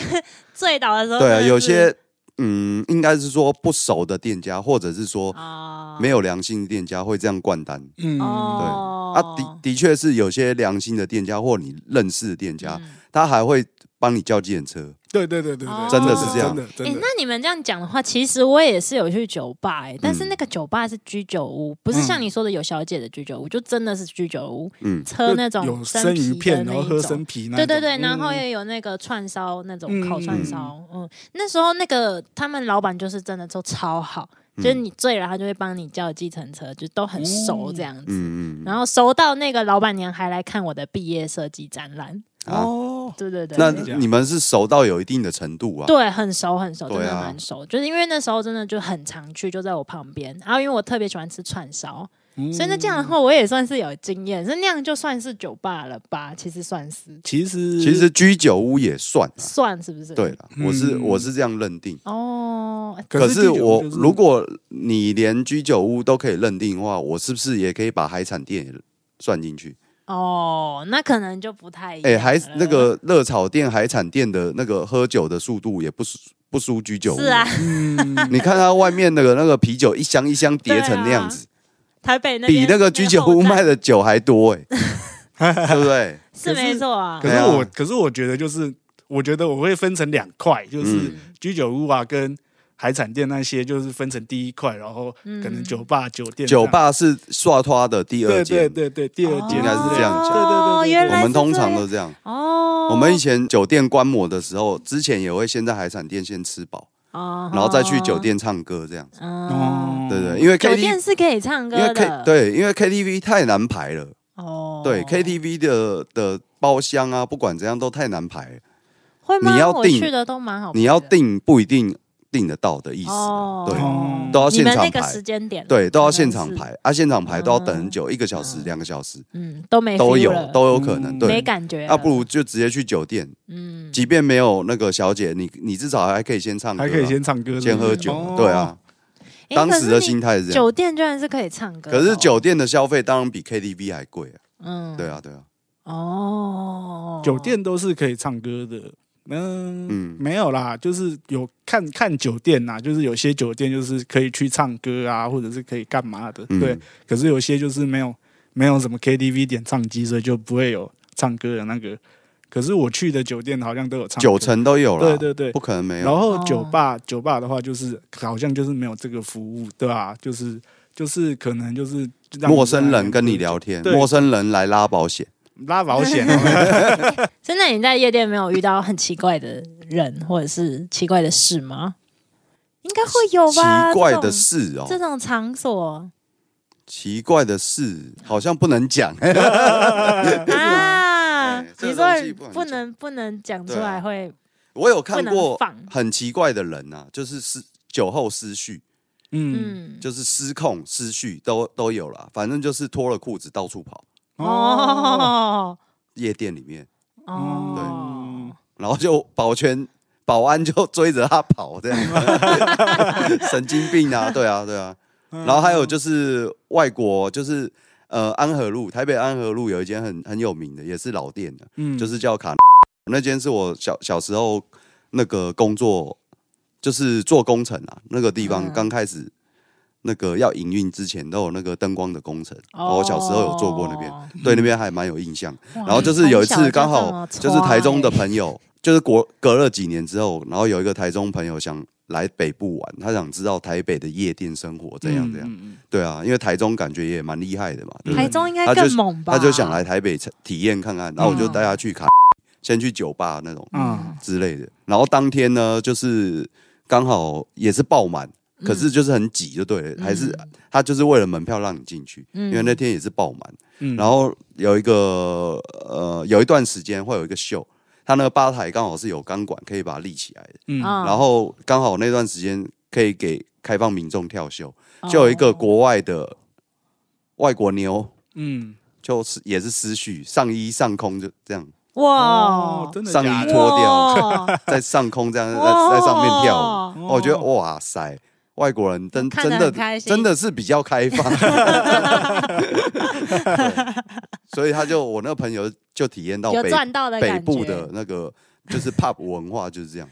Speaker 1: 醉倒的时候真
Speaker 2: 对
Speaker 1: 的
Speaker 2: 啊，
Speaker 1: 是，
Speaker 2: 有些嗯，应该是说不熟的店家，或者是说
Speaker 1: 啊
Speaker 2: 没有良心的店家会这样灌单。
Speaker 3: 嗯，
Speaker 2: 对、
Speaker 1: 哦
Speaker 2: 啊，的的确是有些良心的店家或你认识的店家，
Speaker 1: 嗯
Speaker 2: 他还会帮你叫计程车。
Speaker 3: 对对对对对，
Speaker 1: 真的是
Speaker 3: 真
Speaker 1: 这
Speaker 2: 样
Speaker 3: 真的
Speaker 1: 哦哎、
Speaker 3: 真的
Speaker 1: 那。你们这样讲的话，其实我也是有去酒吧、
Speaker 2: 嗯
Speaker 1: 哎，但是那个酒吧是居酒屋，不是像你说的有小姐的居酒屋，就真的是居酒屋，
Speaker 2: 嗯，
Speaker 1: 车那种
Speaker 3: 有
Speaker 1: 生
Speaker 3: 生
Speaker 1: 皮
Speaker 3: 鱼
Speaker 1: 的
Speaker 3: 片，然
Speaker 1: 那
Speaker 3: 后
Speaker 1: 一
Speaker 3: 喝
Speaker 1: 种
Speaker 3: 生皮那
Speaker 1: 对
Speaker 3: 种，
Speaker 1: 对对，
Speaker 3: 嗯
Speaker 1: 然后也有那个串烧那种
Speaker 3: 嗯
Speaker 1: 烤串烧，嗯那时候那个他们老板就是真的都超好，就是
Speaker 2: 嗯
Speaker 1: 你醉了，他就会帮你叫计程车，就都很熟这样子。
Speaker 2: 嗯嗯
Speaker 1: 然后熟到那个老板娘还来看我的毕业设计展览，
Speaker 2: 啊
Speaker 3: 哦，
Speaker 1: 对对对，
Speaker 2: 那
Speaker 1: 对
Speaker 3: 对
Speaker 2: 你们是熟到有一定的程度啊？
Speaker 1: 对很熟很熟，
Speaker 2: 对
Speaker 1: 真
Speaker 2: 啊
Speaker 1: 的蛮熟，就是因为那时候真的就很常去，就在我旁边。然后因为我特别喜欢吃串烧，
Speaker 2: 嗯
Speaker 1: 所以那这样的话，我也算是有经验，所以那样就算是酒吧了吧？其实算
Speaker 2: 啊
Speaker 1: 是
Speaker 3: 其实
Speaker 2: 其实居酒屋也算啊，
Speaker 1: 算是不是？
Speaker 2: 对，了，我是
Speaker 3: 嗯
Speaker 2: 我是这样认定。
Speaker 1: 哦，
Speaker 2: 可
Speaker 3: 是
Speaker 2: 是
Speaker 3: 居酒
Speaker 2: 我
Speaker 3: 屋就是
Speaker 2: 如果你连居酒屋都可以认定的话，我是不是也可以把海产店也算进去？
Speaker 1: 哦，那可能就不太一样
Speaker 2: 哎、
Speaker 1: 了。
Speaker 2: 还那个热炒店、海产店的那个喝酒的速度也不输不输居酒屋。
Speaker 1: 是啊，，
Speaker 2: 你看它外面那个那个啤酒一箱一箱叠成那样子，
Speaker 1: 台北 那
Speaker 2: 比
Speaker 1: 边
Speaker 2: 那个居酒屋卖的酒还多 哎、对不对？
Speaker 1: 是没错啊
Speaker 3: 可，是
Speaker 2: 对啊
Speaker 3: 我，可是我觉得就是，我觉得我会分成两块，就是
Speaker 2: 嗯
Speaker 3: 居酒屋啊跟海产店那些，就是分成第一块，然后可能酒吧、酒店、
Speaker 2: 酒，吧是刷拖的第二
Speaker 3: 对
Speaker 2: 间，
Speaker 3: 对对对，第二间
Speaker 2: 应该是这样讲
Speaker 3: 对
Speaker 1: 哦
Speaker 3: 对对对，
Speaker 1: 原来
Speaker 2: 我
Speaker 1: 是
Speaker 2: 们通常
Speaker 1: 这样
Speaker 2: 都这样。
Speaker 1: 哦，
Speaker 2: 我们以前酒店观摩的时候，之前也会先在海产店先吃饱，
Speaker 1: 哦，
Speaker 2: 然后再去酒店唱歌这样子。
Speaker 1: 哦，
Speaker 2: 对对，因为
Speaker 1: 酒
Speaker 2: K T
Speaker 1: 店是可以唱
Speaker 2: 因为
Speaker 1: 歌
Speaker 2: K
Speaker 1: 的，
Speaker 2: 对，因为 K T V 太难排了。
Speaker 1: 哦，
Speaker 2: 对 K T V 的的包厢啊，不管怎样都太难排了，
Speaker 1: 会吗？
Speaker 2: 你要
Speaker 1: 我
Speaker 2: 订
Speaker 1: 去的都蛮好排的，
Speaker 2: 你要订不一定订得到的意思啊。
Speaker 1: 哦，
Speaker 2: 对，
Speaker 3: 哦
Speaker 2: 都要
Speaker 1: 你
Speaker 2: 现
Speaker 1: 们
Speaker 2: 场
Speaker 1: 那个时
Speaker 2: 排，
Speaker 1: 间点，
Speaker 2: 对，都要
Speaker 1: 可能
Speaker 2: 现场
Speaker 1: 是，
Speaker 2: 排啊，现场排都要等很久，一个小时、两个小时
Speaker 1: 嗯，都没
Speaker 2: 都
Speaker 1: feel
Speaker 2: 有
Speaker 1: 了
Speaker 2: 都有可能。
Speaker 3: 嗯
Speaker 1: 没
Speaker 2: 对，啊
Speaker 1: 感觉了，
Speaker 2: 那不如就直接去酒店，
Speaker 1: 嗯，
Speaker 2: 即便没有那个小姐，你你至少还可以先唱歌啊，
Speaker 3: 还可以先唱歌，
Speaker 2: 先喝酒
Speaker 3: 哦
Speaker 2: 嘛，对啊。
Speaker 1: 诶
Speaker 2: 当时的
Speaker 1: 哎可是
Speaker 2: 心态是
Speaker 1: 你
Speaker 2: 这样。
Speaker 1: 酒店居然是可以唱歌的哦，
Speaker 2: 可是酒店的消费当然比 KTV 还贵啊，
Speaker 1: 嗯，
Speaker 2: 对，啊，对啊，
Speaker 1: 哦，
Speaker 3: 酒店都是可以唱歌的。嗯
Speaker 2: 嗯
Speaker 3: 没有啦，就是有看看酒店呐、就是有些酒店就是可以去唱歌啊，或者是可以干嘛的，
Speaker 2: 嗯
Speaker 3: 对。啊可是有些就是没有没有什么 KTV 点唱机，所以就不会有唱歌的那个。可是我去的酒店好像都有唱歌
Speaker 2: 九，成都有
Speaker 3: 对
Speaker 2: 了，
Speaker 3: 对对
Speaker 2: 不。可能没
Speaker 3: 然
Speaker 2: 有。
Speaker 3: 后酒吧、酒吧的话，就是好像就是没有这个服务，对吧、就是就是可能就是让
Speaker 2: 陌生人跟你聊天，
Speaker 3: 对
Speaker 2: 陌生人来拉保险，
Speaker 3: 拉保 险、
Speaker 1: 真的，你在夜店没有遇到很奇怪的人或者是奇怪的事吗？应该会有
Speaker 2: 奇
Speaker 1: 吧？
Speaker 2: 怪
Speaker 1: 这
Speaker 2: 的
Speaker 1: 种
Speaker 2: 事哦，
Speaker 1: 这种场所
Speaker 2: 奇怪的事好像不能讲。
Speaker 1: 啊，
Speaker 2: 哎哎这
Speaker 1: 你
Speaker 2: 个
Speaker 1: 说
Speaker 2: 东西
Speaker 1: 你不
Speaker 2: 不能讲
Speaker 1: 能不能讲出
Speaker 2: 对啊
Speaker 1: 来会
Speaker 2: 我有
Speaker 1: 不
Speaker 2: 看
Speaker 1: 能
Speaker 2: 过
Speaker 1: 放，
Speaker 2: 很奇怪的人啊，就是失酒后失序，啊
Speaker 3: 嗯，
Speaker 1: 嗯，
Speaker 2: 就是失控、失序都都有啦。反正就是脱了裤子到处跑，
Speaker 3: 哦，
Speaker 1: 哦
Speaker 2: 夜店里面，
Speaker 1: 哦，
Speaker 2: 然后就保全 保安就追着他跑，这样 神经病啊！对啊，对啊。
Speaker 3: 嗯
Speaker 2: 然后还有就是外国，就是呃安和路，台北安和路有一间很很有名的，也是老店的，
Speaker 3: 嗯
Speaker 2: 就是叫卡那间是我小小时候那个工作，就是做工程啊，那个地方
Speaker 1: 嗯
Speaker 2: 刚开始那个要营运之前都有那个灯光的工程，我小时候有做过那边，
Speaker 1: 哦
Speaker 2: 对那边还蛮有印象。
Speaker 1: 哇
Speaker 2: 然后就是有一次刚
Speaker 1: 你
Speaker 2: 好
Speaker 1: 从小这
Speaker 2: 就
Speaker 1: 么
Speaker 2: 是台中的
Speaker 1: 抓欸
Speaker 2: 朋友，就是隔隔了几年之后，然后有一个台中朋友想来北部玩，他想知道台北的夜店生活怎样怎样。
Speaker 3: 嗯
Speaker 2: 对啊，因为台中感觉也蛮厉害的嘛，对
Speaker 1: 嗯
Speaker 2: 不
Speaker 1: 台
Speaker 2: 对？
Speaker 1: 中应该
Speaker 2: 他就
Speaker 1: 更猛吧？嗯
Speaker 2: 他就想来台北体验看看，然后我就带他去卡，先去酒吧那种
Speaker 3: 啊，
Speaker 2: 之类的。然后当天呢，就是刚好也是爆满，可
Speaker 1: 嗯
Speaker 2: 是就是很挤，就对了，还是他就是为了门票让你进去，
Speaker 1: 嗯
Speaker 2: 因为那天也是爆满。
Speaker 3: 嗯
Speaker 2: 然后有一个呃，有一段时间会有一个秀，他那个吧台刚好是有钢管可以把它立起来的，
Speaker 3: 嗯
Speaker 1: 嗯，
Speaker 2: 然后刚好那段时间可以给开放民众跳秀，
Speaker 1: 哦
Speaker 2: 就有一个国外的外国妞，
Speaker 3: 嗯，
Speaker 2: 就是也是思绪上衣上空就这样
Speaker 1: 哇
Speaker 3: 哦，真的
Speaker 2: 上衣
Speaker 3: 假的
Speaker 2: 嗯脱掉
Speaker 1: 掉，
Speaker 2: 在上空这样 在在上面跳舞，
Speaker 1: 哇。
Speaker 2: 哦我觉得哇塞。外国人真
Speaker 1: 看得
Speaker 2: 真
Speaker 1: 很
Speaker 2: 的
Speaker 1: 开心
Speaker 2: 真的是比较 开放，对所以他就我那个朋友就体验到
Speaker 1: 有
Speaker 2: 北
Speaker 1: 赚到的
Speaker 2: 北
Speaker 1: 感觉
Speaker 2: 部的那个就是 pub 文化就是这样，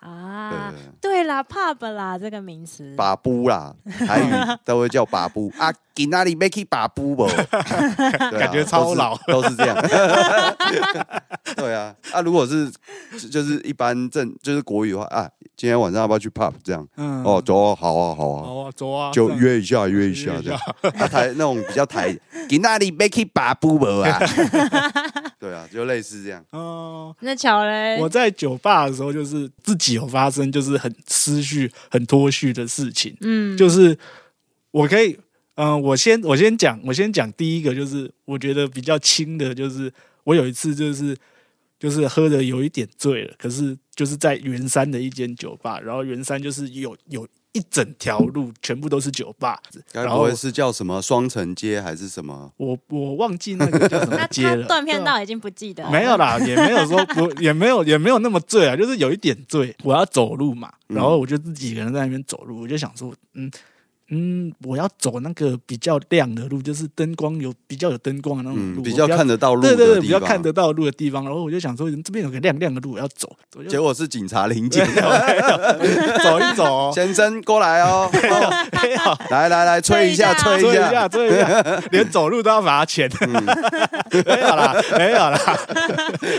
Speaker 2: 对
Speaker 1: 啊
Speaker 2: 对，对，
Speaker 1: 对啦，pub 啦这个名词，
Speaker 2: 把布 啦，台语都会叫把布啊，给那里 make 把布 不？感
Speaker 3: 感觉超老
Speaker 2: 都是这样。 对啊，啊，如果是就就是一般正就是国语的话啊，今天晚上要不要去 pub 这样？
Speaker 3: 嗯
Speaker 2: 哦，走啊，好啊，好啊，
Speaker 3: 哦，走啊，
Speaker 2: 就
Speaker 3: 这样
Speaker 2: 约一下，约一下这样。啊，台那种比较 台，给那里 make 把布不啊？对啊，就类似这样。
Speaker 3: 哦。
Speaker 1: 那巧嘞，
Speaker 3: 我在酒吧的时候，就是自己有发生就是很失序、很脱序的事情。
Speaker 1: 嗯，
Speaker 3: 就是我可以，嗯、我先我先讲，我先讲第一个，就是我觉得比较轻的，就是我有一次就是就是喝的有一点醉了，可是就是在圆山的一间酒吧，然后圆山就是有有一整条路全部都是酒吧，
Speaker 2: 该
Speaker 3: 然
Speaker 2: 不
Speaker 3: 后
Speaker 2: 会是叫什么双城街还是什么？
Speaker 3: 我我忘记那个叫
Speaker 2: 呃
Speaker 3: 什 么
Speaker 1: 那
Speaker 3: 街
Speaker 1: 他
Speaker 3: 了，啊
Speaker 1: 断片到已经不记得了，
Speaker 3: 没有 啦，也没有说不，也没有也没有那么醉啊，就是有一点醉。我要走路嘛，
Speaker 2: 嗯
Speaker 3: 然后我就自己一个人在那边走路，我就想说，嗯嗯，我要走那个比较亮的路，就是灯光有比较有灯光的那种
Speaker 2: 嗯，
Speaker 3: 路，
Speaker 2: 比较
Speaker 3: 我不要
Speaker 2: 看得到路的
Speaker 3: 对
Speaker 2: 地方。
Speaker 3: 对对，比较看得到路的地方。然后我就想说，这边有个亮亮的路，我要走，我就
Speaker 2: 结果是警察临检，
Speaker 3: 走一走哦、
Speaker 2: 先生过来哦，
Speaker 3: 没 有
Speaker 2: 来来来，吹一下，
Speaker 1: 吹
Speaker 2: 吹
Speaker 1: 一
Speaker 3: 追一
Speaker 2: 下，
Speaker 3: 下，追一下，连走路都要罚钱，
Speaker 2: 嗯
Speaker 3: 没有啦，没有啦。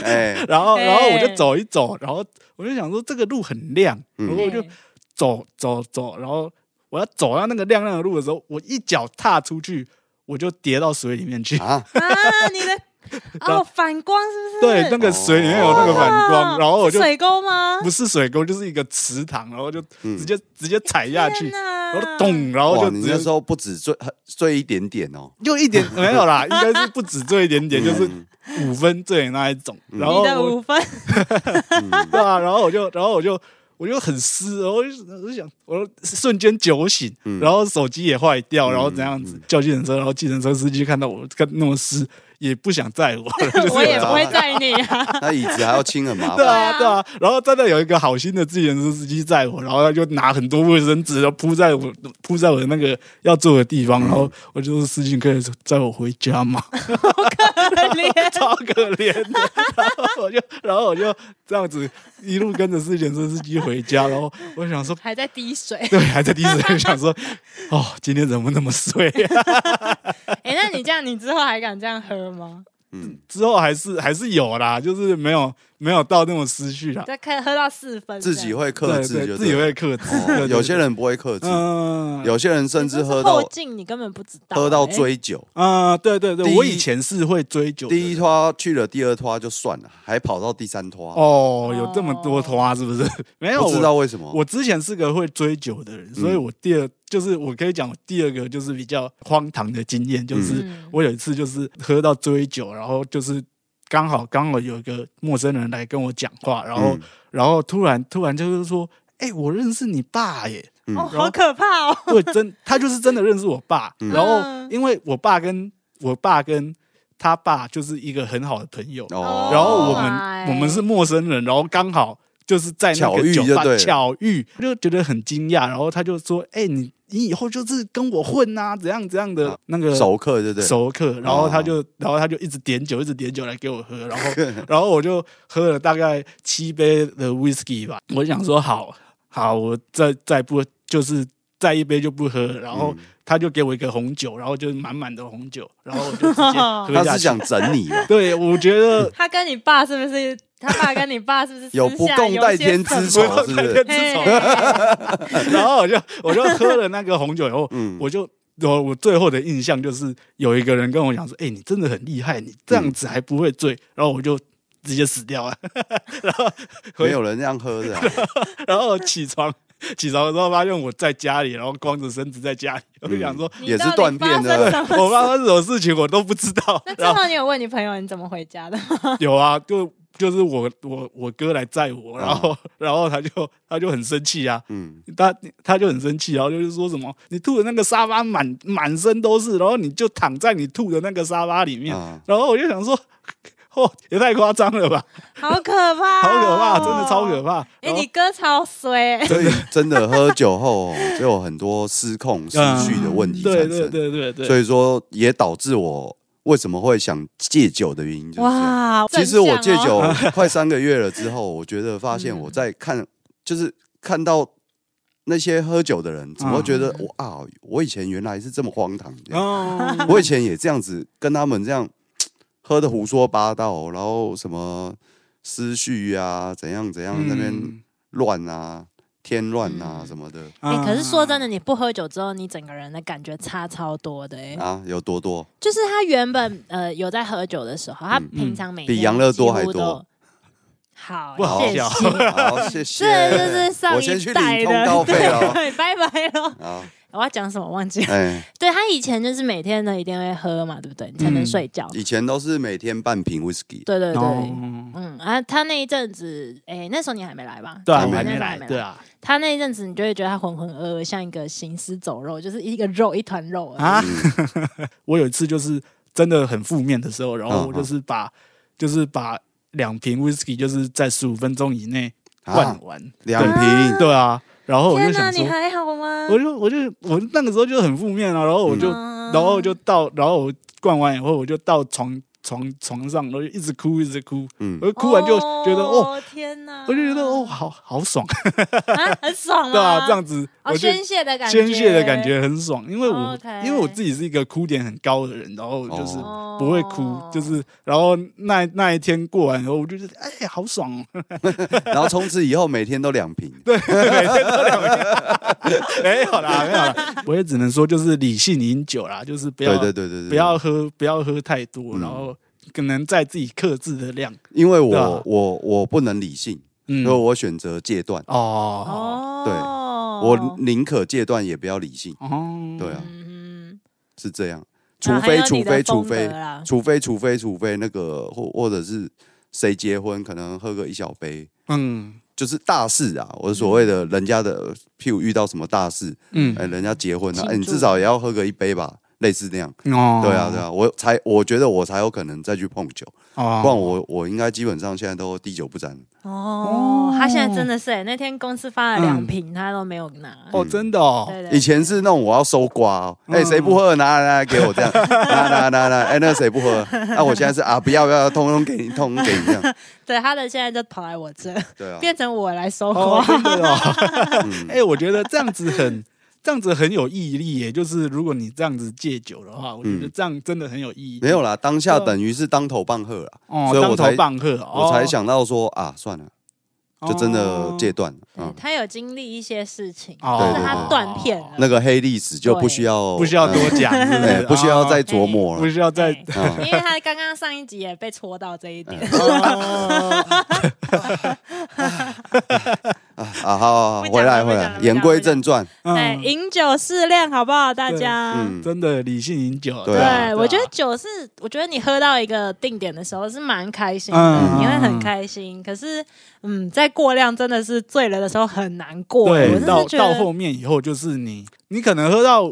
Speaker 2: 哎，
Speaker 3: 然后，
Speaker 1: 哎
Speaker 3: 然后我就走一走，然后我就想说这个路很亮，
Speaker 2: 嗯
Speaker 3: 然
Speaker 1: 对
Speaker 3: 后我就走走走，然后我要走到那个亮亮的路的时候，我一脚踏出去，我就跌到水里面去。
Speaker 2: 啊，
Speaker 1: 啊，你的 哦反光是不是？
Speaker 3: 对，那个水里面有那个反光，
Speaker 1: 哦
Speaker 3: 然后我就是
Speaker 1: 水沟吗？
Speaker 2: 啊
Speaker 3: 不是水沟，就是一个池塘，然后就直接直接踩下去，
Speaker 1: 天哪
Speaker 3: 然后咚，然后
Speaker 2: 嗯哇，
Speaker 3: 就
Speaker 2: 哦你
Speaker 3: 直
Speaker 2: 那
Speaker 3: 接
Speaker 2: 时候不止醉醉一点点哦，
Speaker 3: 就一点没有啦，应该是不止醉一 点
Speaker 2: 嗯
Speaker 3: 点，就是五分醉的那一种。然后
Speaker 1: 你的
Speaker 3: 我
Speaker 1: 五分，
Speaker 3: 对啊，然后我就，然后我就，我就很湿，然后我就我就想，我瞬间酒醒，然后手机也坏掉，然后怎样子叫计程车，然后计程车司机看到我看那么湿，也不想载我，就是
Speaker 1: 我也不会载你啊。
Speaker 2: 那椅子还要清很麻
Speaker 3: 对
Speaker 2: 烦，
Speaker 3: 啊，对啊，然后真的有一个好心的自行车司机载我，然后他就拿很多卫生纸，然后铺在我铺在我的那个要坐的地方，然后我就说：“司机，你可以载我回家吗？” 超可怜的。然后我就，然后我就这样子一路跟着自行车司机回家，然后我想说，
Speaker 1: 还在滴水，
Speaker 3: 对，还在第一时间想说， 哦，今天怎么那么衰、啊？
Speaker 1: 哎、那你这样，你之后还敢这样喝吗？
Speaker 2: 嗯，
Speaker 3: 之后还是还是有啦，就是没有没有到那么失序啦。
Speaker 1: 再喝喝到四分这
Speaker 2: 自
Speaker 1: 样，
Speaker 2: 己会克
Speaker 3: 对
Speaker 2: 制，就
Speaker 3: 对，自
Speaker 2: 对
Speaker 3: 己
Speaker 2: 了
Speaker 3: 会克制，对
Speaker 2: 哦
Speaker 3: 对
Speaker 2: 有些
Speaker 3: 对
Speaker 2: 人不会克制，
Speaker 3: 嗯，
Speaker 2: 有些人甚至
Speaker 1: 这是
Speaker 2: 喝
Speaker 1: 后欸
Speaker 2: 到
Speaker 1: 劲，你根本不知道、
Speaker 2: 喝到
Speaker 1: 哎，
Speaker 2: 追酒，
Speaker 3: 啊、对对
Speaker 2: 第
Speaker 3: 对，
Speaker 2: 一
Speaker 3: 我以前是会追酒的
Speaker 2: 第一拖去了，第二拖就算了，还跑到第三拖，啊
Speaker 3: 哦，有这么多花是不 是？没有，
Speaker 2: 不知道为嗯什么。
Speaker 3: 我。我之前是个会追酒的人，所以我第二、就是我可以讲我第二个就是比较荒唐的经验，就是
Speaker 1: 嗯
Speaker 3: 我有一次就是喝到追酒，然后就是刚好刚好有一个陌生人来跟我讲话，然后、
Speaker 2: 嗯
Speaker 3: 然后突然突然就是说，哎、我认识你爸耶，
Speaker 2: 嗯
Speaker 1: 哦，好可怕哦！
Speaker 3: 对，真 他就是真的认识我爸。
Speaker 2: 嗯
Speaker 3: 然后
Speaker 1: 嗯
Speaker 3: 因为我爸跟我爸跟他爸就是一个很好的朋友，
Speaker 2: 哦，
Speaker 3: 然后我们、
Speaker 1: 哎
Speaker 3: 我们是陌生人，然后刚好就是在那
Speaker 2: 巧遇
Speaker 3: 个酒吧
Speaker 2: 就对了
Speaker 3: 巧遇，就觉得很惊讶，然后他就说：“哎、你你以后就是跟我混啊，怎样怎样的、
Speaker 2: 啊
Speaker 3: 那个
Speaker 2: 熟客对不哦对？
Speaker 3: 熟客。”然后他就、然后他就一直点酒，一直点酒来给我 喝，然后然后我就喝了大概七杯的 whisky 吧，我想说好好，我再再不就是再一杯就不喝，然后他就给我一个红酒，然后就是满满的红酒，然后我就直接喝
Speaker 2: 他
Speaker 3: 下
Speaker 2: 是
Speaker 3: 去。
Speaker 2: 想哦整你 吧
Speaker 3: 对，我觉 得
Speaker 1: 他跟你爸是不是？他爸跟你爸是不是
Speaker 2: 有不共戴天之
Speaker 1: 仇
Speaker 2: 仇？是
Speaker 3: 不是
Speaker 2: 不是？
Speaker 3: 戴天之
Speaker 1: 嘿
Speaker 3: 仇。然后我就我就喝了那个红酒以后，
Speaker 2: 嗯
Speaker 3: 我就我我最后的印象就是有一个人跟我讲说：“哎、你真的很厉害，你这样子还不会醉。然后我就直接死掉了。
Speaker 2: 没有人这样 喝的啊，
Speaker 3: 然后起床起床的时候发现我在家里，然后光着身子在家里，我
Speaker 1: 嗯
Speaker 3: 就想说。
Speaker 1: 你
Speaker 2: 也是
Speaker 1: 到底
Speaker 2: 断片的
Speaker 1: 发
Speaker 2: 啊
Speaker 1: 生 什么
Speaker 3: 我发生什么事情我都不知 道
Speaker 1: 那，
Speaker 3: 然
Speaker 1: 正
Speaker 3: 后
Speaker 1: 好你有问你朋友你怎么回家 的吗？
Speaker 3: 有啊，就就是我我我哥来载我，然后、 然后他就他就很生气啊，
Speaker 2: 嗯，
Speaker 3: 他他就很生气，然后就是说什么你吐的那个沙发满满身都是，然后你就躺在你吐的那个沙发里
Speaker 1: 嗯
Speaker 3: 面，
Speaker 2: 啊
Speaker 3: 然后我就想说， 哦，也太夸张了吧，
Speaker 1: 好可
Speaker 2: 哦
Speaker 1: 怕、
Speaker 3: 好可怕，真的超可
Speaker 1: 怕！
Speaker 3: 怕。
Speaker 1: 啊哎、
Speaker 3: 然后
Speaker 1: 你哥超衰、
Speaker 2: 所以真的喝酒后哦，就有很多失控、失序的问题产
Speaker 3: 嗯对
Speaker 2: 生。
Speaker 3: 对对对对，
Speaker 2: 所以说也导致我为什么会想戒酒的原因就是这样。
Speaker 1: 哇！
Speaker 2: 其实我戒
Speaker 1: 正向哦
Speaker 2: 酒快三个月了之后，我觉得发现我在看，就是看到那些喝酒的人，怎么会觉得
Speaker 3: 嗯
Speaker 2: 我啊，我以前原来是这么荒唐的。
Speaker 3: 哦，
Speaker 2: 我以前也这样子跟他们这样喝的胡说八道，然后什么思绪啊，怎样怎样那边
Speaker 3: 嗯
Speaker 2: 乱啊，添乱啊
Speaker 1: 嗯
Speaker 2: 什么的
Speaker 1: 哎、可是说真的，，你不喝酒之后，你整个人的感觉差超多的、哎、
Speaker 2: 啊，有 多多
Speaker 1: 就是他原本呃有在喝酒的时候，他平常每天
Speaker 2: 嗯比养乐多还
Speaker 1: 几乎都
Speaker 2: 多。
Speaker 1: 好，
Speaker 3: 不好
Speaker 1: 谢
Speaker 3: 笑
Speaker 1: 谢。
Speaker 2: 好，谢谢，
Speaker 1: 这就是上
Speaker 2: 我先
Speaker 1: 一
Speaker 2: 去
Speaker 1: 代
Speaker 2: 领通
Speaker 1: 的，
Speaker 2: 告费哦
Speaker 1: 对，拜拜喽。
Speaker 2: 啊，
Speaker 1: 我要讲什么忘记了。
Speaker 2: 哎，
Speaker 1: 对他以前就是每天呢一定会喝嘛，对不对？你才
Speaker 3: 嗯
Speaker 1: 能睡觉。
Speaker 2: 以前都是每天半瓶 whisky，
Speaker 1: 对对对，
Speaker 3: 哦，
Speaker 1: 嗯啊，他那一阵子，哎，那时候你还没来吧？
Speaker 3: 对啊，
Speaker 1: 你
Speaker 3: 我
Speaker 2: 还
Speaker 3: 还
Speaker 1: 那
Speaker 3: 没
Speaker 1: 时候
Speaker 3: 来，对啊，
Speaker 1: 他那一阵子，你就会觉得他浑浑噩噩，像一个行尸走肉，就是一个肉一团肉而已
Speaker 3: 啊， 我有一次就是真的很负面的时候，然后
Speaker 2: 嗯
Speaker 3: 我就是把就是把两瓶 whisky 就是在十五分钟以内灌
Speaker 2: 啊，
Speaker 3: 完，
Speaker 2: 两
Speaker 1: 啊
Speaker 2: 瓶，
Speaker 3: 对啊，然后我就
Speaker 1: 天哪，
Speaker 3: 想
Speaker 1: 你
Speaker 3: 说，
Speaker 1: 还好吗？
Speaker 3: 我就我就我那个时候就很负面啊，然后我就
Speaker 1: 嗯
Speaker 3: 然后就到然后我灌完以后我就到床床床上，然后就一直哭一直哭，
Speaker 2: 嗯
Speaker 3: 我就哭完就觉得哦，
Speaker 1: 哦，天哪，
Speaker 3: 我就觉得 哦，好好爽，
Speaker 1: 啊，很爽
Speaker 3: 对啊，
Speaker 1: 啊，
Speaker 3: 这样子
Speaker 1: 哦，
Speaker 3: 我就
Speaker 1: 宣泄的感觉，哦
Speaker 3: 宣泄的感觉很爽，因为我
Speaker 1: OK
Speaker 3: 因为我自己是一个哭点很高的人，然后就是
Speaker 1: 哦，
Speaker 3: 不会哭，就是然后那那一天过完以后，我就觉得哎，好爽哦，
Speaker 2: 然后从此以后每天都两瓶，
Speaker 3: 没有啦，没有啦，我也只能说就是理性饮酒啦，就是不要
Speaker 2: 对对对对对，
Speaker 3: 不要喝不要喝太多，
Speaker 2: 嗯
Speaker 3: 然后可能在自己克制的量，
Speaker 2: 因为
Speaker 3: 对啊
Speaker 2: 我我我不能理性，
Speaker 3: 嗯
Speaker 2: 所以我选择戒断，
Speaker 3: 哦
Speaker 1: 哦，
Speaker 2: 对我宁可戒断也不要理性，
Speaker 3: 哦
Speaker 2: 对啊，
Speaker 1: 嗯，
Speaker 2: 是这样，
Speaker 1: 然
Speaker 2: 除
Speaker 1: 后还
Speaker 2: 非
Speaker 1: 有
Speaker 2: 除
Speaker 1: 你的
Speaker 2: 非除
Speaker 1: 风格
Speaker 2: 非
Speaker 1: 啦
Speaker 2: 除非除非除非那个或或者是谁结婚，可能喝个一小杯，
Speaker 3: 嗯
Speaker 2: 就是大事啊，我所谓
Speaker 1: 嗯
Speaker 2: 的人家的，譬如遇到什么大事，
Speaker 3: 嗯
Speaker 2: 哎，人家结婚了，
Speaker 1: 庆
Speaker 2: 哎，你
Speaker 1: 祝
Speaker 2: 至少也要喝个一杯吧，类似那样。
Speaker 3: 哦
Speaker 2: 对啊，对啊，我才我觉得我才有可能再去碰酒，不然
Speaker 3: 哦，
Speaker 2: 我我应该基本上现在都滴酒不沾。
Speaker 1: 哦
Speaker 3: 哦，
Speaker 1: 他现在真的是欸，那天公司发了两瓶，他都没有拿。
Speaker 2: 嗯
Speaker 3: 哦真的哦，
Speaker 1: 对对
Speaker 2: 以前是那种我要收刮、哦，
Speaker 3: 嗯
Speaker 2: 哎、谁不喝拿来拿来给我这样， 拿拿拿拿，哎、那个谁不喝？那、我现在是啊，不要不要，通通给你，通通 给你这样。
Speaker 1: 对，他的现在就跑来我这，
Speaker 2: 对啊，
Speaker 1: 变成我来收
Speaker 3: 哦
Speaker 1: 刮。
Speaker 3: 真 的哦。
Speaker 2: 嗯
Speaker 3: 哎、我觉得这样子很，这样子很有毅力耶。就是如果你这样子戒酒的话，我觉得
Speaker 2: 嗯
Speaker 3: 这样真的很有意义。
Speaker 2: 没有啦，当下等于是当头棒喝啦，
Speaker 3: 哦，
Speaker 2: 所以我
Speaker 3: 当
Speaker 2: 才
Speaker 3: 头棒喝，哦
Speaker 2: 我才想到说啊，算了，就真的戒断了
Speaker 1: 哦对
Speaker 2: 啊。
Speaker 1: 嗯他有经历一些事情，
Speaker 3: 哦
Speaker 1: 就是他断片了。
Speaker 2: 那个黑历史就不需要
Speaker 3: 不需要多讲，是不
Speaker 2: 嗯哎
Speaker 3: 是？
Speaker 2: 不需要
Speaker 3: 哦
Speaker 2: 再琢磨
Speaker 3: 不
Speaker 2: 了。
Speaker 3: 需要再。
Speaker 1: 对
Speaker 2: 啊
Speaker 1: 因为他刚刚上一集也被戳到这一点，
Speaker 3: 哦
Speaker 2: 啊，好好好，
Speaker 1: 不讲了
Speaker 2: 回来
Speaker 1: 不
Speaker 2: 回
Speaker 1: 讲了
Speaker 2: 来，
Speaker 1: 不讲
Speaker 2: 言归
Speaker 1: 了
Speaker 2: 正传，
Speaker 1: 哎，
Speaker 3: 嗯
Speaker 1: 饮酒适量，好不好，大家？
Speaker 2: 嗯，
Speaker 3: 真的理性饮酒。
Speaker 2: 对啊
Speaker 1: 我觉得酒是，我觉得你喝到一个定点的时候是蛮开心的，
Speaker 3: 嗯
Speaker 1: 你会很开心。可是，嗯，在过量真的是醉了的时候很难过。欸我
Speaker 3: 对
Speaker 1: 真，
Speaker 3: 到
Speaker 1: 的觉
Speaker 3: 到
Speaker 1: 得，
Speaker 3: 后面以后，就是你，你可能喝到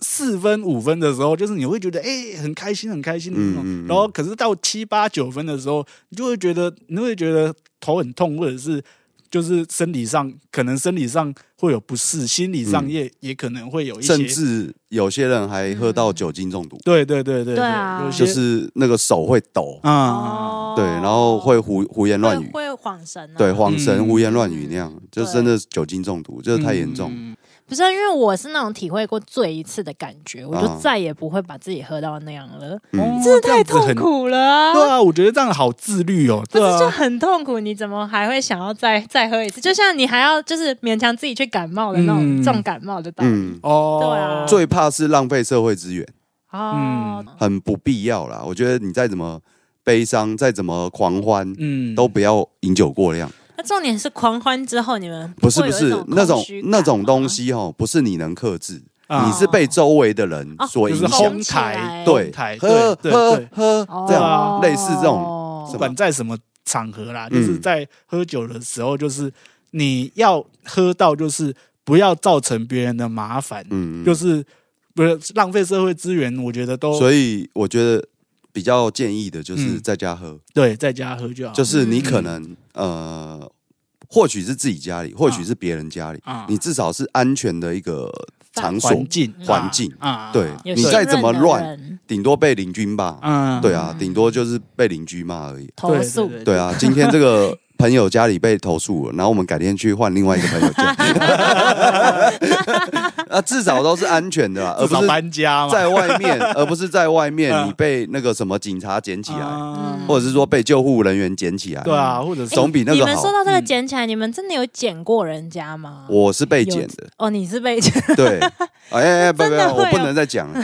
Speaker 3: 四分五分的时候，就是你会觉得哎、很开心，很开心的那种。
Speaker 2: 嗯嗯嗯
Speaker 3: 然后可是到七八九分的时候，你就会觉得你会觉得头很痛，或者是就是身体上可能身体上会有不适，心理上
Speaker 2: 嗯
Speaker 3: 也、也可能会有一些。
Speaker 2: 甚至有些人
Speaker 1: 嗯
Speaker 2: 还喝到酒精中毒，
Speaker 3: 对对对对
Speaker 1: 对啊
Speaker 3: 有些
Speaker 2: 就是那个手会抖，
Speaker 3: 啊、
Speaker 1: 哦
Speaker 2: 对，然后会胡胡言乱语，
Speaker 1: 会会晃神、啊。
Speaker 2: 对，晃神、
Speaker 3: 嗯
Speaker 2: 胡言乱语那样，就
Speaker 1: 对
Speaker 2: 真的是酒精中毒，这太严重。
Speaker 3: 嗯
Speaker 1: 不是因为我是那种体会过醉一次的感
Speaker 2: 啊
Speaker 1: 觉，我就再也不会把自己喝到那样了，
Speaker 2: 嗯
Speaker 3: 哦
Speaker 1: 真的太
Speaker 3: 这样子
Speaker 1: 痛
Speaker 3: 很
Speaker 1: 苦了啊、
Speaker 3: 对啊，我觉得这样好自律哦。
Speaker 1: 不
Speaker 3: 对
Speaker 1: 是就
Speaker 3: 啊，
Speaker 1: 很痛苦，你怎么还会想要再再喝一次？就像你还要就是勉强自己去感冒的那种、
Speaker 3: 嗯
Speaker 1: 重感冒的道理。
Speaker 2: 嗯，
Speaker 3: 哦，
Speaker 1: 对啊
Speaker 2: 最怕是浪费社会资源，
Speaker 1: 哦，
Speaker 3: 嗯
Speaker 2: 很不必要啦。我觉得你再怎么悲伤，再怎么狂欢，
Speaker 3: 嗯
Speaker 2: 都不要饮酒过量。
Speaker 1: 那重点是狂欢之后，你们
Speaker 2: 不是
Speaker 1: 会
Speaker 2: 不
Speaker 1: 有一
Speaker 2: 是那
Speaker 1: 种
Speaker 2: 种
Speaker 1: 空虚感
Speaker 2: 那种东
Speaker 1: 吗，
Speaker 2: 西哦，不是你能克制，
Speaker 3: 啊
Speaker 2: 你是被周围的人
Speaker 1: 哦
Speaker 2: 所
Speaker 3: 就
Speaker 2: 影
Speaker 3: 是
Speaker 2: 响。
Speaker 3: 哄
Speaker 1: 红起
Speaker 3: 抬
Speaker 1: 来，
Speaker 2: 对
Speaker 3: 哄抬，，
Speaker 2: 喝
Speaker 3: 对对
Speaker 2: 喝
Speaker 3: 对
Speaker 2: 喝，这样
Speaker 1: 哦
Speaker 2: 类似这种
Speaker 3: 不
Speaker 2: 什
Speaker 3: 管
Speaker 2: 么
Speaker 3: 在什么场合啦，
Speaker 2: 嗯
Speaker 3: 就是在喝酒的时候，就是你要喝到，就是不要造成别人的麻烦，
Speaker 2: 嗯，
Speaker 3: 就是是不是浪费社会资源，我觉得都
Speaker 2: 所以我觉得比较建议的就是
Speaker 3: 嗯
Speaker 2: 在家喝。
Speaker 3: 对，在家喝就好，
Speaker 2: 就是你可
Speaker 3: 嗯
Speaker 2: 能呃，或许是自己家里，或许是别人家里，
Speaker 3: 啊
Speaker 2: 你至少是安全的一个场所，
Speaker 3: 环境
Speaker 2: 环境
Speaker 3: 啊，
Speaker 2: 对
Speaker 3: 啊
Speaker 1: 有
Speaker 2: 你
Speaker 1: 信
Speaker 2: 再
Speaker 1: 任
Speaker 2: 怎么
Speaker 1: 的
Speaker 2: 乱
Speaker 1: 人
Speaker 2: 顶多被邻居骂，
Speaker 3: 嗯
Speaker 2: 对啊，顶多就是被邻居骂而已。
Speaker 1: 投诉，
Speaker 2: 对啊，今天这个朋友家里被投诉了，然后我们改天去换另外一个朋友家， 啊，至少都是安全的啦，啊而
Speaker 3: 至
Speaker 2: 不
Speaker 3: 少
Speaker 2: 是
Speaker 3: 搬家嘛，啊
Speaker 2: 在外面，而不是在外面
Speaker 3: 嗯
Speaker 2: 你被那个什么警察捡起来，
Speaker 3: 啊
Speaker 1: 嗯
Speaker 2: 或者是说被救护人员捡起来，
Speaker 3: 对啊，或者是
Speaker 2: 总比那
Speaker 1: 哎你
Speaker 2: 个
Speaker 1: 们说
Speaker 2: 好。
Speaker 1: 到这个
Speaker 3: 嗯
Speaker 1: 捡起来，你们真的有捡过人家吗？
Speaker 2: 我是被捡的，
Speaker 1: 哦，你是 被捡，
Speaker 2: 对，哎哎哎，不
Speaker 1: 真
Speaker 2: 不，
Speaker 1: 的会
Speaker 2: 我不
Speaker 1: 有
Speaker 2: 能再讲了。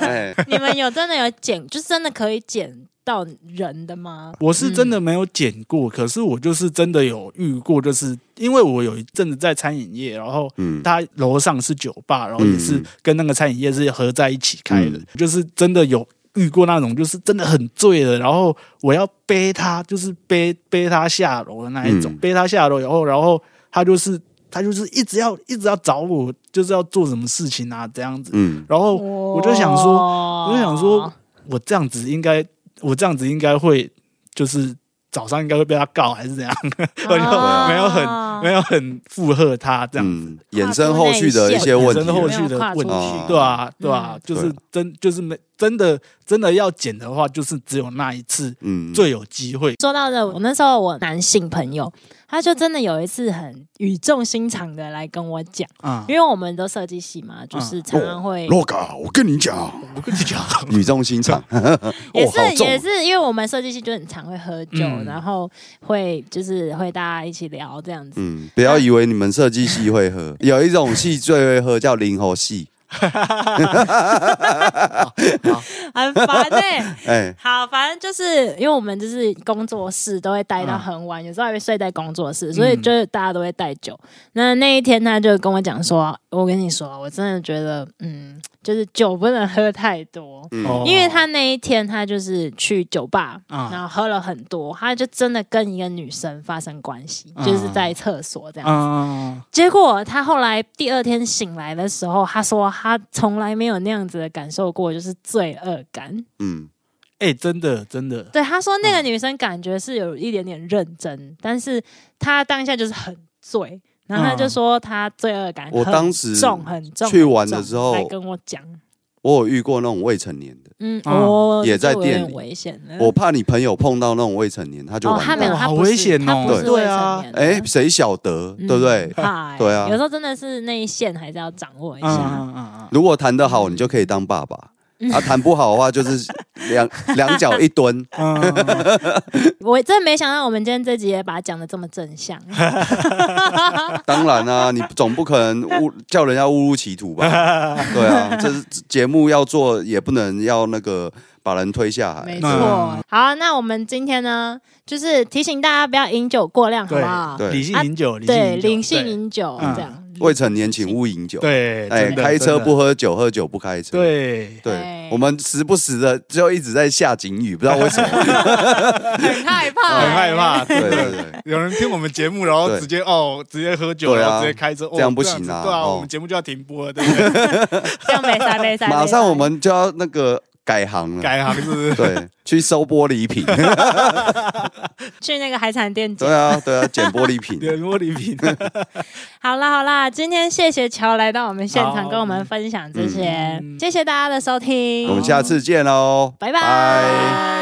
Speaker 2: 哎，
Speaker 1: 你们有真的有捡，就是真的可以捡到人的吗？
Speaker 3: 我是真
Speaker 1: 嗯
Speaker 3: 的没有剪过，可是我就是真的有遇过，就是因为我有一阵子在餐饮业，然后
Speaker 2: 嗯，
Speaker 3: 它楼上是酒吧，然后也是跟那个餐饮业是合在一起开的，
Speaker 2: 嗯
Speaker 3: 就是真的有遇过那种，就是真的很醉了，然后我要背他，就是背背他下楼的那一种，
Speaker 2: 嗯
Speaker 3: 背他下楼以后，然后他就是他就是一直要一直要找我，就是要做什么事情啊这样子，
Speaker 2: 嗯，
Speaker 3: 然后我就想说，
Speaker 1: 我
Speaker 3: 我就想
Speaker 1: 啊
Speaker 3: 说，我这样子应该，我这样子应该会就是早上应该会被他告还是怎样，我就没有很、
Speaker 1: 啊嗯
Speaker 3: 没有很附和他这样，
Speaker 2: 嗯，衍生后续的一些问
Speaker 3: 衍生后
Speaker 2: 题
Speaker 3: 续
Speaker 2: 啊，
Speaker 3: 的问
Speaker 1: 题
Speaker 3: 题
Speaker 2: 啊
Speaker 3: 对啊对啊，
Speaker 1: 嗯
Speaker 3: 就是真就是没真的真的要剪的话，就是只有那一次
Speaker 2: 嗯，
Speaker 3: 最有机会。
Speaker 1: 说到的，我那时候我男性朋友，他就真的有一次很语重心长的来跟我讲，
Speaker 3: 啊、
Speaker 1: 因为我们都设计系嘛，
Speaker 3: 嗯
Speaker 1: 就是常常会、
Speaker 3: 哦
Speaker 2: 洛嘎，我跟你讲，
Speaker 3: 我跟你讲，
Speaker 2: 语重心长，
Speaker 1: 也
Speaker 2: 哦
Speaker 1: 是、
Speaker 2: 好重
Speaker 1: 也是，因为我们设计系就很常会喝酒，
Speaker 3: 嗯
Speaker 1: 然后会就是会大家一起聊这样子。
Speaker 2: 嗯，不要以为你们设计系会喝，
Speaker 1: 嗯
Speaker 2: 有一种系最会喝叫零猴系，
Speaker 1: 很烦哎、
Speaker 2: 哎，
Speaker 1: 好，反正就是因为我们就是工作室都会待
Speaker 3: 嗯
Speaker 1: 到很晚，有时候还会睡在工作室，所以就是大家都会带酒。那那一天他就跟我讲说：“我跟你说，我真的觉得，嗯，就是酒不能喝太多。”
Speaker 2: 嗯
Speaker 3: 哦
Speaker 1: 因为他那一天他就是去酒吧，
Speaker 3: 啊
Speaker 1: 然后喝了很多，他就真的跟一个女生发生关系，
Speaker 3: 嗯
Speaker 1: 就是在厕所这样。
Speaker 3: 啊
Speaker 1: 结果他后来第二天醒来的时候，他说他从来没有那样子的感受过，就是罪恶感。
Speaker 2: 嗯，
Speaker 3: 哎、真的真的，
Speaker 1: 对，他说那个女生感觉是有一点点认真，但是她当下就是很醉，然后她就说她罪恶感
Speaker 2: 嗯我
Speaker 1: 很
Speaker 2: 当时
Speaker 1: 重很重，
Speaker 2: 去玩
Speaker 1: 很重
Speaker 2: 的时候
Speaker 1: 来跟我讲，
Speaker 2: 我有遇过那种未成年的，
Speaker 1: 嗯，
Speaker 3: 啊
Speaker 1: 哦，
Speaker 2: 也在
Speaker 1: 这个有
Speaker 2: 店
Speaker 1: 点
Speaker 2: 里
Speaker 1: 危险了。
Speaker 2: 我怕你朋友碰到那种未成年，他就
Speaker 1: 嗯哦，
Speaker 2: 完
Speaker 1: 他没有，
Speaker 2: 蛋。
Speaker 3: 哇
Speaker 1: 他
Speaker 3: 好
Speaker 1: 不是
Speaker 3: 危险
Speaker 1: 他不
Speaker 3: 哦
Speaker 1: 是
Speaker 3: 对
Speaker 1: 未
Speaker 3: 啊
Speaker 1: 成年的
Speaker 2: 哎，谁晓得，
Speaker 1: 嗯
Speaker 2: 对不对？
Speaker 1: 嗨
Speaker 2: 对啊
Speaker 1: 有时候真的是那一线还是要掌握一
Speaker 3: 啊
Speaker 1: 下。
Speaker 3: 啊啊！
Speaker 2: 如果谈得好，你就可以当爸爸
Speaker 1: 嗯；
Speaker 2: 啊，谈不好的话，就是两两脚一蹲。
Speaker 3: 嗯嗯嗯
Speaker 1: 我真的没想到我们今天这集也把它讲的这么正向，
Speaker 2: 当然啊，你总不可能误叫人家误入歧 途吧？对啊，这是节目要做，也不能要那个把人推下海
Speaker 1: 没。错。
Speaker 3: 嗯
Speaker 1: 好，那我们今天呢，就是提醒大家不要饮酒过量，好不好？
Speaker 2: 对
Speaker 3: 理性饮酒，
Speaker 1: 啊对，灵
Speaker 3: 灵
Speaker 1: 性
Speaker 3: 性饮酒
Speaker 1: 饮酒
Speaker 3: 嗯
Speaker 1: 这样。
Speaker 2: 未成年请勿饮酒。，
Speaker 3: 对，
Speaker 2: 哎，
Speaker 3: 真的
Speaker 2: 开车不。
Speaker 3: 真的
Speaker 2: 喝酒，喝酒不开车。
Speaker 3: 对，
Speaker 1: 哎
Speaker 2: 对，我们时不时的就一直在下警语，不知道为什 么。
Speaker 1: 很害怕，
Speaker 3: 很害
Speaker 1: 哎
Speaker 3: 怕，
Speaker 2: 对对对，
Speaker 3: 有人听我们节目，然后
Speaker 2: 对
Speaker 3: 直接哦，直接喝酒，
Speaker 2: 对啊
Speaker 3: 然后直接开车，哦
Speaker 2: 这样不行啊
Speaker 3: 这样子对啊，
Speaker 2: 哦
Speaker 3: 我们节目就要停播了，对不 对？
Speaker 1: 哎这样没塞没塞。
Speaker 2: 马上我们就要那个改行了。
Speaker 3: 改行是不是？
Speaker 2: 对，去收玻璃 瓶。
Speaker 1: 去那个海产店
Speaker 2: 对
Speaker 1: 捡。
Speaker 2: 啊，对啊，捡玻璃瓶。
Speaker 3: 对，玻璃瓶，
Speaker 1: 好啦好啦，今天谢谢乔来到我们现场
Speaker 3: 好
Speaker 1: 跟我们分享这些，
Speaker 3: 嗯
Speaker 1: 谢谢大家的收听，
Speaker 2: 哦我们下次见喽，
Speaker 1: 拜拜。